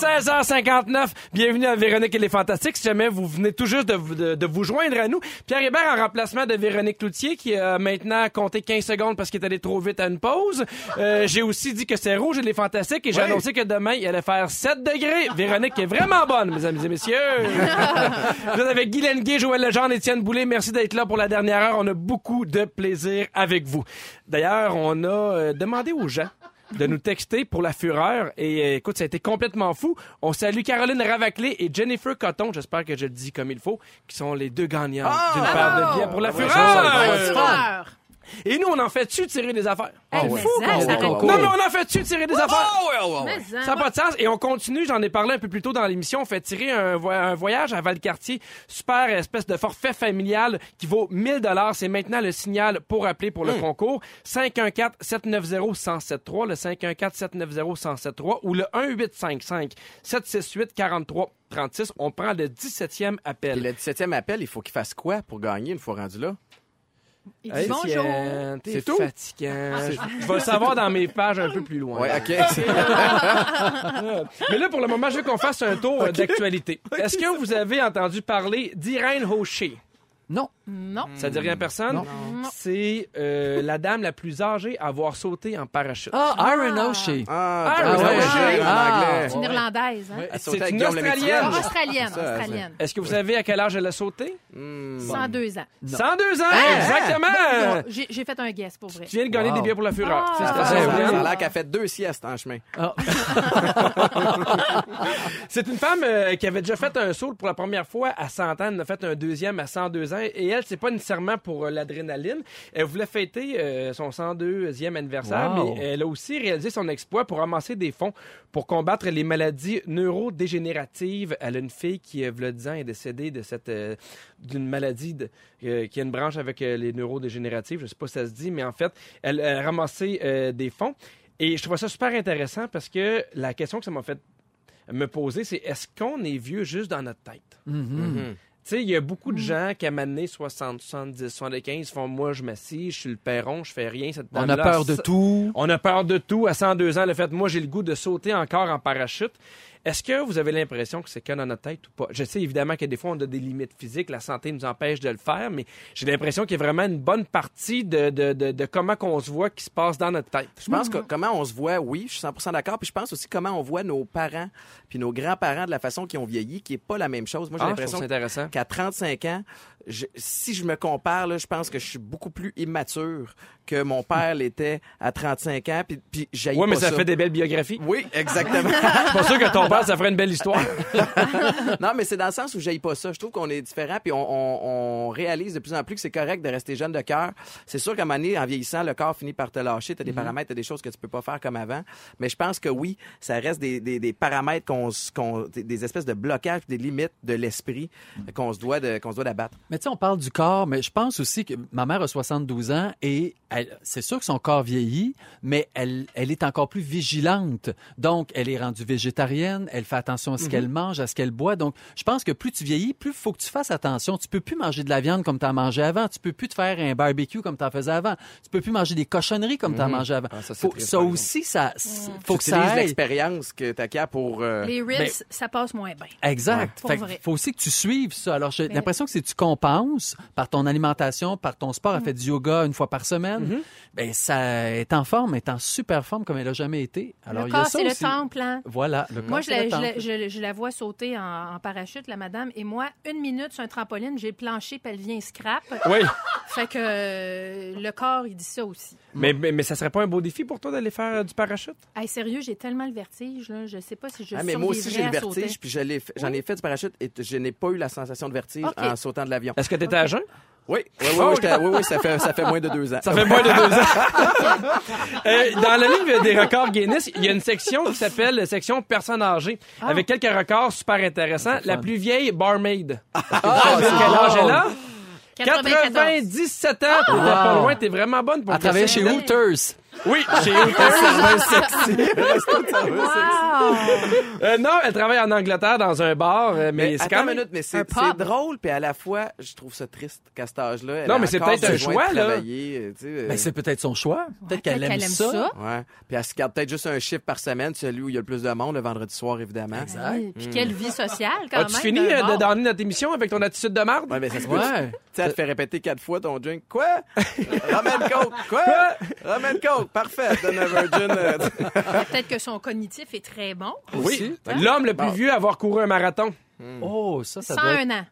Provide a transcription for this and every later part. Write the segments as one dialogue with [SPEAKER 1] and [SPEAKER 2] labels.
[SPEAKER 1] 16h59, bienvenue à Véronique et les Fantastiques. Si jamais vous venez tout juste de, vous- de- de vous joindre à nous, Pierre Hébert en remplacement de Véronique Cloutier qui a maintenant compté 15 secondes parce qu'il est allé trop vite à une pause. Euh, j'ai aussi dit que c'est rouge et les Fantastiques et j'ai annoncé que demain il allait faire 7 degrés. Véronique est vraiment bonne, mes amis et messieurs. vous êtes avec Guy Lenguet, Joël Lejean, Étienne Boulay. Merci d'être là pour la dernière heure. On a beaucoup de plaisir avec vous. D'ailleurs, on a euh, demandé aux gens de nous texter pour la fureur. Et euh, écoute, ça a été complètement fou. On salue Caroline Ravaclé et Jennifer Cotton, j'espère que je le dis comme il faut, qui sont les deux gagnants
[SPEAKER 2] Ah!
[SPEAKER 1] d'une paire de billets pour la fureur. Et nous, on en fait-tu tirer des affaires?
[SPEAKER 2] Eh, mais
[SPEAKER 1] Fou,
[SPEAKER 2] ça,
[SPEAKER 1] qu'on-
[SPEAKER 2] ça
[SPEAKER 1] qu'on-
[SPEAKER 2] raconte.
[SPEAKER 1] Non, mais on en fait-tu tirer des affaires?
[SPEAKER 2] Mais hein, ça.
[SPEAKER 1] Ça n'a pas de sens. Et on continue, j'en ai parlé un peu plus tôt dans l'émission. On fait tirer un, vo- un voyage à Valcartier. Super espèce de forfait familial qui vaut 1000 dollars. C'est maintenant le signal pour appeler pour le
[SPEAKER 3] Hmm.
[SPEAKER 1] concours. 514-790-1073, le 514-790-1073 ou le 1855-768-4336. On prend le 17e
[SPEAKER 3] Puis
[SPEAKER 1] appel.
[SPEAKER 3] le 17e appel, il faut qu'il fasse quoi pour gagner une fois rendu là?
[SPEAKER 2] Il dit
[SPEAKER 1] Hey, euh,
[SPEAKER 2] bonjour.
[SPEAKER 1] Étienne, t'es
[SPEAKER 3] C'est tout?
[SPEAKER 1] fatigant. Je vais le savoir dans mes pages un peu plus loin.
[SPEAKER 3] Ouais, OK.
[SPEAKER 1] Mais là, pour le moment, je veux qu'on fasse un tour euh, d'actualité. Est-ce que vous avez entendu parler d'Irene Hoché?
[SPEAKER 2] Non.
[SPEAKER 1] Ça dit rien
[SPEAKER 3] Hmm.
[SPEAKER 1] à personne. C'est euh, la dame la plus âgée à avoir sauté en parachute.
[SPEAKER 4] Ah, Iron O'Shea.
[SPEAKER 3] Ah, ben,
[SPEAKER 1] Ah,
[SPEAKER 3] ouais,
[SPEAKER 1] ouais.
[SPEAKER 3] j'ai en
[SPEAKER 4] Ah.
[SPEAKER 3] anglais.
[SPEAKER 2] C'est une Irlandaise. Hein?
[SPEAKER 3] Elle
[SPEAKER 1] C'est
[SPEAKER 3] sautait avec
[SPEAKER 1] une
[SPEAKER 3] Guillaume
[SPEAKER 1] Australienne.
[SPEAKER 2] Ah,
[SPEAKER 3] Lemaitre.
[SPEAKER 2] australienne.
[SPEAKER 3] C'est ça,
[SPEAKER 2] australienne.
[SPEAKER 1] Est-ce que vous savez à quel âge elle a sauté?
[SPEAKER 3] Hmm.
[SPEAKER 2] 102 ans.
[SPEAKER 1] 102 ans!
[SPEAKER 3] Hein?
[SPEAKER 2] Non,
[SPEAKER 1] Exactement!
[SPEAKER 2] J'ai j'ai fait un guess pour vrai.
[SPEAKER 1] Tu viens de gagner
[SPEAKER 4] Wow.
[SPEAKER 1] des billets pour la fureur.
[SPEAKER 2] Ah.
[SPEAKER 1] C'est
[SPEAKER 3] Ah,
[SPEAKER 1] cette
[SPEAKER 3] ça
[SPEAKER 1] semaine.
[SPEAKER 3] ça a l'air qu'elle a fait deux siestes en chemin.
[SPEAKER 1] C'est une femme euh, qui avait déjà fait un saut pour la première fois à 100 ans. Elle en a fait un deuxième à 102 ans. Et elle, c'est pas nécessairement pour euh, l'adrénaline. Elle voulait fêter euh, son 102e anniversaire,
[SPEAKER 4] Wow.
[SPEAKER 1] mais elle a aussi réalisé son exploit pour ramasser des fonds pour combattre les maladies neurodégénératives. Elle a une fille qui, euh, v'là 10 ans, est décédée de cette euh, d'une maladie de- euh, qui a une branche avec euh, les neurodégénératives. Je sais pas si ça se dit, mais en fait, elle a ramassé euh, des fonds. Et je trouvais ça super intéressant parce que la question que ça m'a fait me poser, c'est est-ce qu'on est vieux juste dans notre tête? Mm-hmm.
[SPEAKER 3] Mhm.
[SPEAKER 1] Tu sais, il y a beaucoup de gens qui, à m'amener 60, 70, 75, font moi, je m'assis, je suis le perron, je fais rien. Cette
[SPEAKER 4] On a
[SPEAKER 1] dame-là,
[SPEAKER 4] peur de
[SPEAKER 1] ça-
[SPEAKER 4] tout.
[SPEAKER 1] On a peur de tout. À 102 ans, le fait, moi, j'ai le goût de sauter encore en parachute. Est-ce que vous avez l'impression que c'est que dans notre tête ou pas? Je sais évidemment que des fois, on a des limites physiques, la santé nous empêche de le faire, mais j'ai l'impression qu'il y a vraiment une bonne partie de, de, de, de comment qu'on se voit qui se passe dans notre tête. Ah,
[SPEAKER 3] Je pense que comment on se voit, oui, je suis 100% d'accord. Puis je pense aussi comment on voit nos parents, puis nos grands-parents de la façon qu'ils ont vieilli, qui est pas la même chose. Moi, j'ai
[SPEAKER 1] Ah, je trouve
[SPEAKER 3] l'impression
[SPEAKER 1] ça intéressant.
[SPEAKER 3] qu'à 35 ans, je- si je me compare, là, je pense que je suis beaucoup plus immature que mon père l'était à 35 ans. Puis, puis j'haïs
[SPEAKER 1] Oui, mais
[SPEAKER 3] pas
[SPEAKER 1] ça fait des belles biographies.
[SPEAKER 3] Oui, exactement.
[SPEAKER 1] Je suis pas sûr que ton père, ça ferait une belle histoire.
[SPEAKER 3] non, mais c'est dans le sens où j'aille pas ça. Je trouve qu'on est différent, puis on, on- on réalise de plus en plus que c'est correct de rester jeune de cœur. C'est sûr qu'à un moment donné, en vieillissant, le corps finit par te lâcher.
[SPEAKER 4] Mhm.
[SPEAKER 3] T'as des paramètres, t'as des choses que tu peux pas faire comme avant. Mais je pense que oui, ça reste des, des- des paramètres qu'on, se- qu'on- des- des espèces de blocages, des limites de l'esprit qu'on se doit de, qu'on se doit d'abattre.
[SPEAKER 4] Mais tu sais, on parle du corps, mais je pense aussi que ma mère a 72 ans et elle- c'est sûr que son corps vieillit, mais elle, elle est encore plus vigilante. Donc, elle est rendue végétarienne, elle fait attention à ce qu'elle mange, à ce qu'elle boit. Donc, je pense que plus tu vieillis, plus faut que tu fasses attention. Tu peux plus manger de la viande comme tu as mangé avant. Tu peux plus te faire un barbecue comme tu en faisais avant. Tu peux plus manger des cochonneries comme tu as mangé avant.
[SPEAKER 3] Ah, ça, c'est
[SPEAKER 4] faut,
[SPEAKER 3] triste,
[SPEAKER 4] Mhm. ça
[SPEAKER 3] par exemple.
[SPEAKER 4] aussi, ça, faut que ça
[SPEAKER 3] T'utilises
[SPEAKER 4] aille.
[SPEAKER 3] l'expérience que t'acquiers pour... euh,
[SPEAKER 2] Les Reels,
[SPEAKER 1] Ben-
[SPEAKER 2] ça passe moins bien.
[SPEAKER 4] Exact.
[SPEAKER 2] Pour
[SPEAKER 4] Fait que
[SPEAKER 2] vrai. Ben
[SPEAKER 4] faut aussi que tu suives ça. Alors, j'ai
[SPEAKER 2] Mais-
[SPEAKER 4] l'impression que si tu compenses par ton alimentation, par ton sport,
[SPEAKER 2] Mm.
[SPEAKER 4] elle fait du yoga une fois par semaine,
[SPEAKER 2] Mm-hmm.
[SPEAKER 4] ben ça est en forme, elle est en super forme comme elle a jamais été. Alors,
[SPEAKER 2] le
[SPEAKER 4] il y a
[SPEAKER 2] corps,
[SPEAKER 4] ça
[SPEAKER 2] c'est le
[SPEAKER 4] aussi.
[SPEAKER 2] temple. hein.
[SPEAKER 4] Voilà. Le
[SPEAKER 2] Moi,
[SPEAKER 4] corps,
[SPEAKER 2] je
[SPEAKER 4] c'est
[SPEAKER 2] la,
[SPEAKER 4] le
[SPEAKER 2] je, la,
[SPEAKER 4] temple.
[SPEAKER 2] je la- je la vois sauter en, en parachute, la madame, et moi, une minute sur un trampoline, j'ai le plancher, puis elle vient scrap.
[SPEAKER 1] Oui,
[SPEAKER 2] fait que euh, le corps, il dit ça aussi.
[SPEAKER 1] mais, mais, mais ça serait pas un beau défi pour toi d'aller faire euh, du parachute?
[SPEAKER 2] Hey, sérieux, j'ai tellement le vertige, là. Je sais pas si je
[SPEAKER 3] ah, mais moi aussi, j'ai
[SPEAKER 2] survivrais
[SPEAKER 3] le
[SPEAKER 2] à sauter.
[SPEAKER 3] vertige, puis je l'ai fait- j'en ai fait du parachute et t- je n'ai pas eu la sensation de vertige
[SPEAKER 2] Ok.
[SPEAKER 3] en sautant de l'avion.
[SPEAKER 1] Est-ce que tu étais à jeun?
[SPEAKER 3] Oui, oui, oui,
[SPEAKER 1] Oh,
[SPEAKER 3] oui, j'étais- oui, oui, ça, fait, ça fait moins de deux ans.
[SPEAKER 1] Ça fait moins de deux ans. Euh, dans le livre des records Guinness, il y a une section qui s'appelle la section personnes âgées,
[SPEAKER 2] Ah.
[SPEAKER 1] avec quelques records super intéressants. La plus vieille barmaid. Ah, quel âge elle a?
[SPEAKER 2] 94.
[SPEAKER 1] 97 ans. T'étais pas loin, t'es vraiment bonne pour
[SPEAKER 4] Elle travaillait
[SPEAKER 1] ça.
[SPEAKER 2] Mm.
[SPEAKER 4] chez Hooters.
[SPEAKER 1] Oui, chez Hooter Sexy.
[SPEAKER 2] Wow!
[SPEAKER 1] Euh, non, elle travaille en Angleterre dans un bar, euh, mais,
[SPEAKER 3] Mais
[SPEAKER 1] c'est
[SPEAKER 3] attends
[SPEAKER 1] quand
[SPEAKER 3] une
[SPEAKER 1] même...
[SPEAKER 3] minute, mais
[SPEAKER 2] un
[SPEAKER 3] c'est
[SPEAKER 2] pub.
[SPEAKER 3] c'est drôle, puis à la fois, je trouve ça triste qu'à cet âge-là. elle
[SPEAKER 1] Non,
[SPEAKER 3] a
[SPEAKER 1] mais c'est
[SPEAKER 3] encore
[SPEAKER 1] peut-être un
[SPEAKER 3] besoin de
[SPEAKER 1] choix, là.
[SPEAKER 3] travailler, euh, tu sais, euh,
[SPEAKER 4] Ben, c'est peut-être son choix. Peut-être
[SPEAKER 2] Peut-être
[SPEAKER 4] qu'elle aime, ça.
[SPEAKER 3] Ouais. Puis elle se garde peut-être juste un chiffre par semaine, celui où il y a le plus de monde, le vendredi soir, évidemment.
[SPEAKER 2] Oui,
[SPEAKER 4] Hmm.
[SPEAKER 2] Puis quelle vie sociale, quand même.
[SPEAKER 1] As-tu fini
[SPEAKER 2] d'un
[SPEAKER 1] euh, de
[SPEAKER 2] bar.
[SPEAKER 1] donner notre émission avec ton attitude de marde?
[SPEAKER 3] Ouais, mais ça se peut.
[SPEAKER 4] Ouais.
[SPEAKER 3] Tu sais, elle te fait répéter quatre fois ton drink. Quoi? Roman Coke. Quoi? Roman Coke. Parfait. Donne un virgin. euh,
[SPEAKER 2] Peut-être que son cognitif est très bon.
[SPEAKER 1] Oui, Ben,
[SPEAKER 2] Hein?
[SPEAKER 1] l'homme le plus vieux à avoir couru un marathon.
[SPEAKER 4] Oh, ça, ça doit
[SPEAKER 2] 101
[SPEAKER 4] être...
[SPEAKER 2] ans.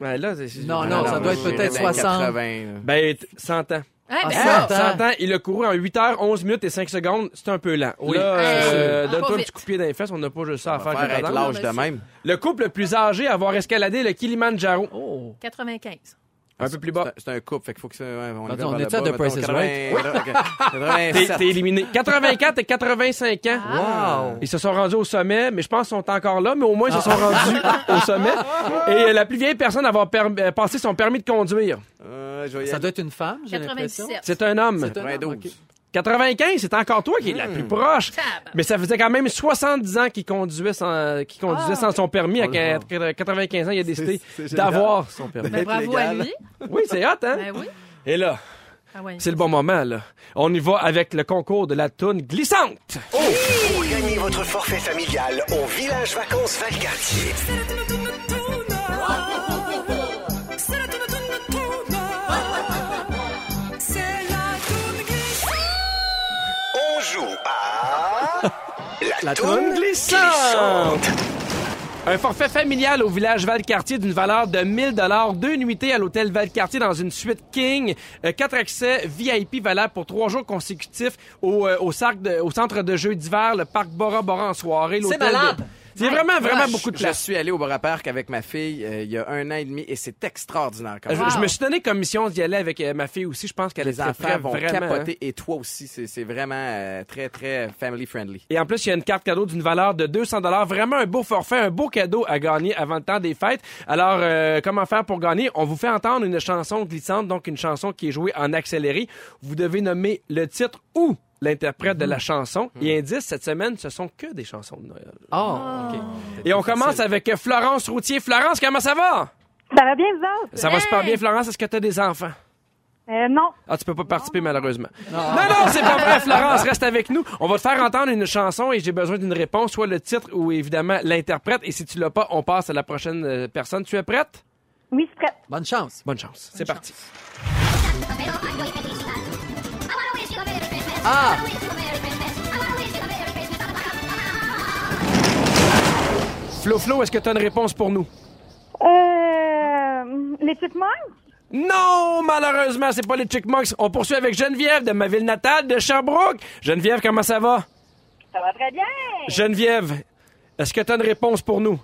[SPEAKER 1] Ben là, c'est-
[SPEAKER 4] Non, non, ça doit être
[SPEAKER 3] c'est
[SPEAKER 4] peut-être
[SPEAKER 3] dans les
[SPEAKER 4] 60.
[SPEAKER 3] 80, là.
[SPEAKER 1] Ben, t- 100 ans.
[SPEAKER 2] Ah,
[SPEAKER 4] Ah,
[SPEAKER 2] ben,
[SPEAKER 4] ça, 100 ans.
[SPEAKER 1] 100 ans, il a couru en 8 h 11 minutes et 5 secondes. C'est un peu lent.
[SPEAKER 4] Oui.
[SPEAKER 1] Là, euh,
[SPEAKER 2] Hey, pas
[SPEAKER 1] donne-toi un
[SPEAKER 2] vite.
[SPEAKER 1] petit coup de pied dans les fesses. On n'a pas juste ça à
[SPEAKER 3] On
[SPEAKER 1] faire.
[SPEAKER 3] va
[SPEAKER 1] que
[SPEAKER 3] faire être
[SPEAKER 1] pendant.
[SPEAKER 3] l'âge de
[SPEAKER 2] Non, mais
[SPEAKER 3] même.
[SPEAKER 1] Le couple le plus âgé à avoir escaladé le Kilimanjaro.
[SPEAKER 4] Oh.
[SPEAKER 2] 95.
[SPEAKER 1] Un peu plus
[SPEAKER 3] C'est un-
[SPEAKER 1] bas.
[SPEAKER 3] c'est un couple, fait qu'il faut que ça. ouais, on
[SPEAKER 4] On
[SPEAKER 3] est vers le
[SPEAKER 4] est-tu à
[SPEAKER 3] bas,
[SPEAKER 4] The Price
[SPEAKER 3] mettons,
[SPEAKER 4] is Right?
[SPEAKER 3] 80,
[SPEAKER 1] T'es
[SPEAKER 3] 87.
[SPEAKER 1] t'es éliminé. 84 et 85 ans.
[SPEAKER 3] Ah.
[SPEAKER 4] Wow.
[SPEAKER 1] Ils se sont rendus au sommet, mais je pense qu'ils sont encore là, mais au moins ils se sont rendus au sommet. Et euh, la plus vieille personne à avoir per- euh, passé son permis de conduire,
[SPEAKER 3] Euh, je vais y
[SPEAKER 4] Ça
[SPEAKER 3] aller.
[SPEAKER 4] doit être une femme, j'ai l'impression.
[SPEAKER 2] 97.
[SPEAKER 1] c'est un homme.
[SPEAKER 4] C'est un-
[SPEAKER 3] 92.
[SPEAKER 4] Ok.
[SPEAKER 1] 95, c'est encore toi qui es la plus proche.
[SPEAKER 2] Tab.
[SPEAKER 1] Mais ça faisait quand même 70 ans qu'il conduisait sans, qu'il conduisait
[SPEAKER 2] Ah.
[SPEAKER 1] sans son permis. À
[SPEAKER 3] Oh là.
[SPEAKER 1] 95 ans, il a décidé
[SPEAKER 3] C'est- c'est génial.
[SPEAKER 1] d'avoir son permis.
[SPEAKER 2] Ben,
[SPEAKER 3] Être
[SPEAKER 2] bravo
[SPEAKER 3] légal.
[SPEAKER 2] à lui.
[SPEAKER 1] Oui, c'est hot, hein?
[SPEAKER 2] Ben oui.
[SPEAKER 1] Et là,
[SPEAKER 2] Ah ouais.
[SPEAKER 1] c'est le bon moment, là. On y va avec le concours de la toune glissante.
[SPEAKER 5] Pour gagner votre forfait familial au Village Vacances Valcartier. On joue à... La, toune glissante.
[SPEAKER 1] Un forfait familial au village Valcartier d'une valeur de 1000 dollars, deux nuitées à l'hôtel Valcartier dans une suite King, euh, quatre accès VIP valables pour trois jours consécutifs au, euh, au, sarc de- au centre de jeux d'hiver, le parc Bora Bora en soirée. l'hôtel de-
[SPEAKER 4] malade.
[SPEAKER 1] C'est vraiment, vraiment
[SPEAKER 3] Je-
[SPEAKER 1] beaucoup de
[SPEAKER 3] Je
[SPEAKER 1] place.
[SPEAKER 3] suis allé au Bora Park avec ma fille euh, il y a un an et demi et c'est extraordinaire. Quand
[SPEAKER 1] Ah, Je,
[SPEAKER 3] même.
[SPEAKER 1] je me suis donné comme mission d'y aller avec euh, ma fille aussi. Je pense qu'elle
[SPEAKER 3] Les
[SPEAKER 1] est
[SPEAKER 3] enfants vont
[SPEAKER 1] vraiment, hein.
[SPEAKER 3] capoter et toi aussi. C'est c'est vraiment euh, très, très family friendly.
[SPEAKER 1] Et en plus, il y a une carte cadeau d'une valeur de 200 dollars. Vraiment un beau forfait, un beau cadeau à gagner avant le temps des fêtes. Alors, euh, comment faire pour gagner? On vous fait entendre une chanson glissante, donc une chanson qui est jouée en accéléré. Vous devez nommer le titre ou l'interprète de la chanson. Et indice, cette semaine, ce sont que des chansons de Noël.
[SPEAKER 4] Oh, OK.
[SPEAKER 1] Et on commence avec euh, Florence Routier. Florence, comment ça va?
[SPEAKER 6] Ça va bien, vous autres?
[SPEAKER 1] Ça va
[SPEAKER 2] Hey!
[SPEAKER 1] super bien, Florence. Est-ce que tu as des enfants?
[SPEAKER 6] Euh, non.
[SPEAKER 1] Ah, tu peux pas participer malheureusement. Non, non, c'est pas vrai, Florence, reste avec nous. On va te faire entendre une chanson et j'ai besoin d'une réponse, soit le titre ou évidemment l'interprète. Et si tu l'as pas, on passe à la prochaine euh, personne. Tu es prête?
[SPEAKER 6] Oui, je suis prête.
[SPEAKER 4] Bonne chance.
[SPEAKER 1] Bonne chance. C'est parti.
[SPEAKER 4] Ah!
[SPEAKER 1] Flo Flo, est-ce que tu as une réponse pour nous?
[SPEAKER 6] Euh, les chipmunks?
[SPEAKER 1] Non, malheureusement, c'est pas les Chickmunks. On poursuit avec Geneviève de ma ville natale de Sherbrooke. Geneviève, comment ça va?
[SPEAKER 6] Ça va très bien.
[SPEAKER 1] Geneviève, est-ce que tu as une réponse pour nous?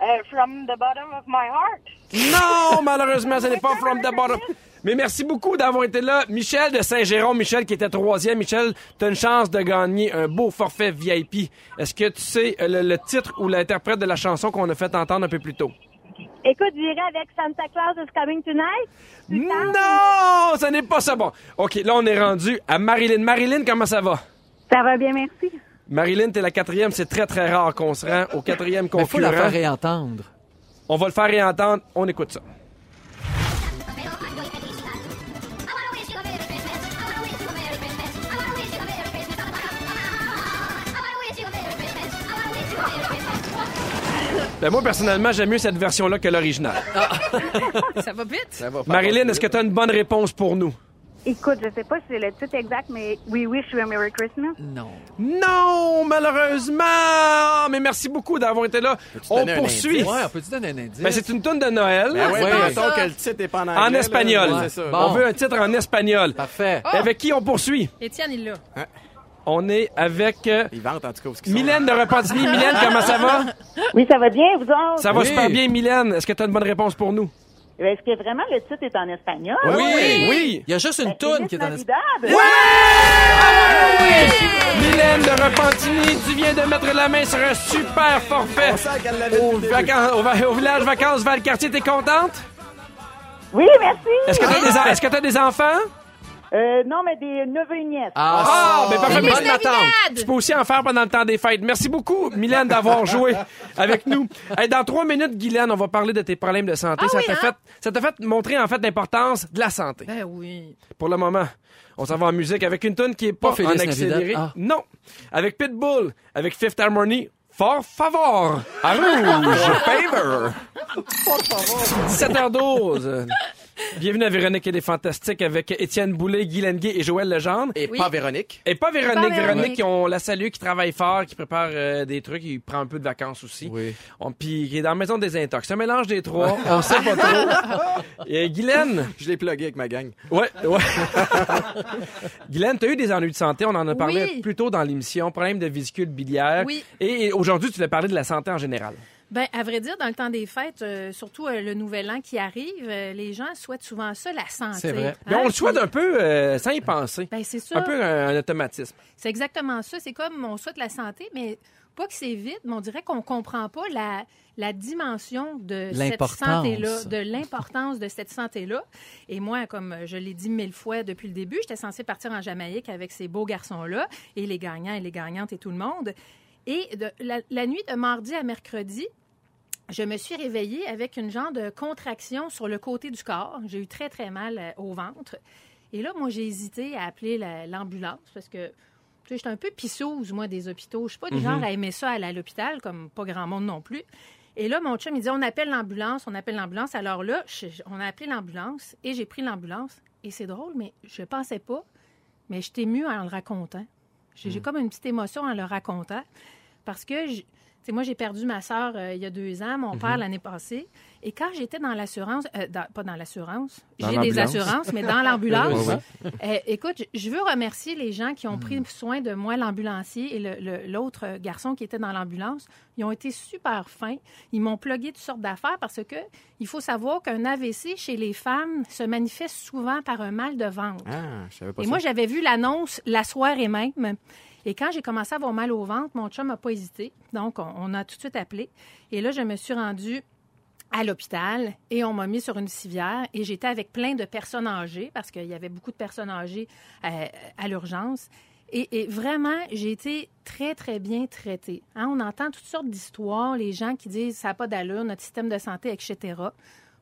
[SPEAKER 6] Euh, from the bottom of my heart.
[SPEAKER 1] Non, malheureusement, ce n'est pas From the Bottom. Mais merci beaucoup d'avoir été là. Michel de Saint-Jérôme, Michel qui était troisième. Michel, t'as une chance de gagner un beau forfait VIP. Est-ce que tu sais euh, le, le titre ou l'interprète de la chanson qu'on a fait entendre un peu plus tôt?
[SPEAKER 6] Écoute, j'irai avec Santa Claus is coming tonight.
[SPEAKER 1] Non, ce n'est pas ça. Bon, OK, là, on est rendu à Marilyn. Marilyn, comment ça va?
[SPEAKER 6] Ça va bien, merci.
[SPEAKER 1] Marilyn, t'es la quatrième. C'est très, très rare qu'on se rend au quatrième
[SPEAKER 4] Il faut la faire
[SPEAKER 1] concurrent.
[SPEAKER 4] réentendre.
[SPEAKER 1] On va le faire réentendre. On écoute ça. Ben, moi, personnellement, j'aime mieux cette version-là que l'original.
[SPEAKER 2] Ça va vite.
[SPEAKER 3] Ça va pas
[SPEAKER 1] Marilyn,
[SPEAKER 3] continuer.
[SPEAKER 1] est-ce que t'as une bonne réponse pour nous?
[SPEAKER 6] Écoute, je sais pas si c'est le titre exact, mais We Wish You a Merry Christmas.
[SPEAKER 4] Non.
[SPEAKER 1] Non, malheureusement. Ah, Mais merci beaucoup d'avoir été là. On
[SPEAKER 3] donner un
[SPEAKER 1] poursuit.
[SPEAKER 3] indice?
[SPEAKER 4] Ouais, on peut-tu donner un indice?
[SPEAKER 1] Ben, c'est une toune de Noël
[SPEAKER 3] Ben ouais,
[SPEAKER 4] Ouais.
[SPEAKER 3] mais mettons que le titre est pas en anglais.
[SPEAKER 1] en
[SPEAKER 3] là.
[SPEAKER 1] espagnol.
[SPEAKER 3] Ouais, c'est ça.
[SPEAKER 4] Bon.
[SPEAKER 1] On veut un titre en espagnol.
[SPEAKER 4] Parfait.
[SPEAKER 1] Et Avec qui on poursuit
[SPEAKER 2] Étienne, il l'a.
[SPEAKER 1] On est avec euh,
[SPEAKER 3] Ils vantent en tout cas où ce qu'ils sont.
[SPEAKER 1] Mylène de Repentigny. Mylène, comment ça va
[SPEAKER 6] Oui, ça va bien, vous autres? Euh,
[SPEAKER 1] Ça va
[SPEAKER 4] Oui.
[SPEAKER 1] super bien, Mylène. Est-ce que tu as une bonne réponse pour nous
[SPEAKER 6] Est-ce que vraiment le titre est en espagnol?
[SPEAKER 1] Oui. Ben,
[SPEAKER 4] Il y a juste une toune qui est en espagnol.
[SPEAKER 1] Mylène de Repentigny, tu viens de mettre la main sur un super forfait.
[SPEAKER 3] On sent qu'elle l'avait
[SPEAKER 1] Au,
[SPEAKER 3] depuis le
[SPEAKER 1] vacan- au va- au village vacances Valcartier, t'es contente
[SPEAKER 6] Oui, merci.
[SPEAKER 1] Est-ce que t'as des, en- est-ce que t'as des enfants
[SPEAKER 7] Euh, non, mais des neveux et nièces.
[SPEAKER 1] Ah, ben parfait,
[SPEAKER 2] Feliz
[SPEAKER 1] bonne
[SPEAKER 2] Navidad!
[SPEAKER 1] attente. Tu peux aussi en faire pendant le temps des fêtes. Merci beaucoup, Mylène, d'avoir joué avec nous. Hey, dans trois minutes, Guylaine, on va parler de tes problèmes de santé.
[SPEAKER 2] Ah
[SPEAKER 1] ça
[SPEAKER 2] oui,
[SPEAKER 1] t'a
[SPEAKER 2] hein?
[SPEAKER 1] fait, ça t'a fait montrer en fait l'importance de la santé.
[SPEAKER 2] Ben oui.
[SPEAKER 1] Pour le moment, on s'en va en musique avec une tune qui est pas,
[SPEAKER 4] Pas Feliz
[SPEAKER 1] en accéléré.
[SPEAKER 4] Navidad, ah.
[SPEAKER 1] Non, avec Pitbull, avec Fifth Harmony. Fort favor à rouge. Favor. 17h12. Bienvenue à Véronique et les Fantastiques avec Étienne Boulay, Guy Lenguet et Joël Legendre.
[SPEAKER 3] Et
[SPEAKER 2] Oui.
[SPEAKER 3] pas Véronique.
[SPEAKER 1] Et pas Véronique.
[SPEAKER 2] Pas
[SPEAKER 1] Véronique,
[SPEAKER 2] Véronique.
[SPEAKER 1] on la salue, qui travaille fort, qui prépare euh, des trucs, qui prend un peu de vacances aussi.
[SPEAKER 3] Oui.
[SPEAKER 1] On, puis qui est dans la maison des intox. Un mélange des trois. on sait pas trop. Et Guylaine.
[SPEAKER 3] Je l'ai plugué avec ma gang.
[SPEAKER 1] Ouais, ouais. Guylaine, t'as eu des ennuis de santé. On en a parlé
[SPEAKER 2] Oui.
[SPEAKER 1] plus tôt dans l'émission. Problème de vésicule biliaire.
[SPEAKER 2] Oui.
[SPEAKER 1] Et, et aujourd'hui, tu vas parler de la santé en général.
[SPEAKER 2] Ben, à vrai dire, dans le temps des fêtes, euh, surtout euh, le nouvel an qui arrive, euh, les gens souhaitent souvent ça, la santé.
[SPEAKER 4] C'est vrai.
[SPEAKER 1] Mais
[SPEAKER 2] Hein,
[SPEAKER 1] on le souhaite
[SPEAKER 2] puis-
[SPEAKER 1] un peu euh, sans y penser.
[SPEAKER 2] Ben, c'est ça.
[SPEAKER 1] Un peu un, un automatisme.
[SPEAKER 2] C'est exactement ça. C'est comme on souhaite la santé, mais pas que c'est vite, mais on dirait qu'on comprend pas la, la dimension de cette
[SPEAKER 4] L'importance.
[SPEAKER 2] santé-là, de l'importance de cette santé-là. Et moi, comme je l'ai dit mille fois depuis le début, j'étais censée partir en Jamaïque avec ces beaux garçons-là et les gagnants et les gagnantes et tout le monde. Et de- la, la nuit de mardi à mercredi, je me suis réveillée avec une genre de contraction sur le côté du corps. J'ai eu très, très mal euh, au ventre. Et là, moi, j'ai hésité à appeler la- l'ambulance parce que, tu sais, j'étais un peu pissouse, moi, des hôpitaux. Je suis pas
[SPEAKER 4] Mhm.
[SPEAKER 2] du genre à aimer ça aller à l'hôpital, comme pas grand monde non plus. Et là, mon chum, il dit, on appelle l'ambulance, on appelle l'ambulance. Alors là, je- on a appelé l'ambulance et j'ai pris l'ambulance. Et c'est drôle, mais je pensais pas, mais je t'ai émue en le racontant. J'ai
[SPEAKER 4] Mhm.
[SPEAKER 2] j'ai comme une petite émotion en le racontant parce que, je- tu sais, moi, j'ai perdu ma sœur euh, il y a deux ans, mon
[SPEAKER 4] Mhm.
[SPEAKER 2] père l'année passée. Et quand j'étais dans l'assurance, euh, dans- pas dans l'assurance,
[SPEAKER 4] Dans
[SPEAKER 2] j'ai des
[SPEAKER 4] l'ambulance.
[SPEAKER 2] assurances, mais dans l'ambulance,
[SPEAKER 4] Oui,
[SPEAKER 2] euh, écoute, je- je veux remercier les gens qui ont pris soin de moi, l'ambulancier et le- le- l'autre euh, garçon qui était dans l'ambulance. Ils ont été super fins. Ils m'ont plugué toutes sortes d'affaires parce que il faut savoir qu'un AVC chez les femmes se manifeste souvent par un mal de ventre.
[SPEAKER 3] Ah, je savais pas
[SPEAKER 2] Et
[SPEAKER 3] ça.
[SPEAKER 2] moi, j'avais vu l'annonce la soirée même. Et quand j'ai commencé à avoir mal au ventre, mon chum n'a pas hésité. Donc, on, on a tout de suite appelé. Et là, je me suis rendue à l'hôpital et on m'a mis sur une civière et j'étais avec plein de personnes âgées parce qu'il y avait beaucoup de personnes âgées euh, à l'urgence. Et, et vraiment, j'ai été très, très bien traitée. Hein, on entend toutes sortes d'histoires, les gens qui disent ça n'a pas d'allure, notre système de santé, etc.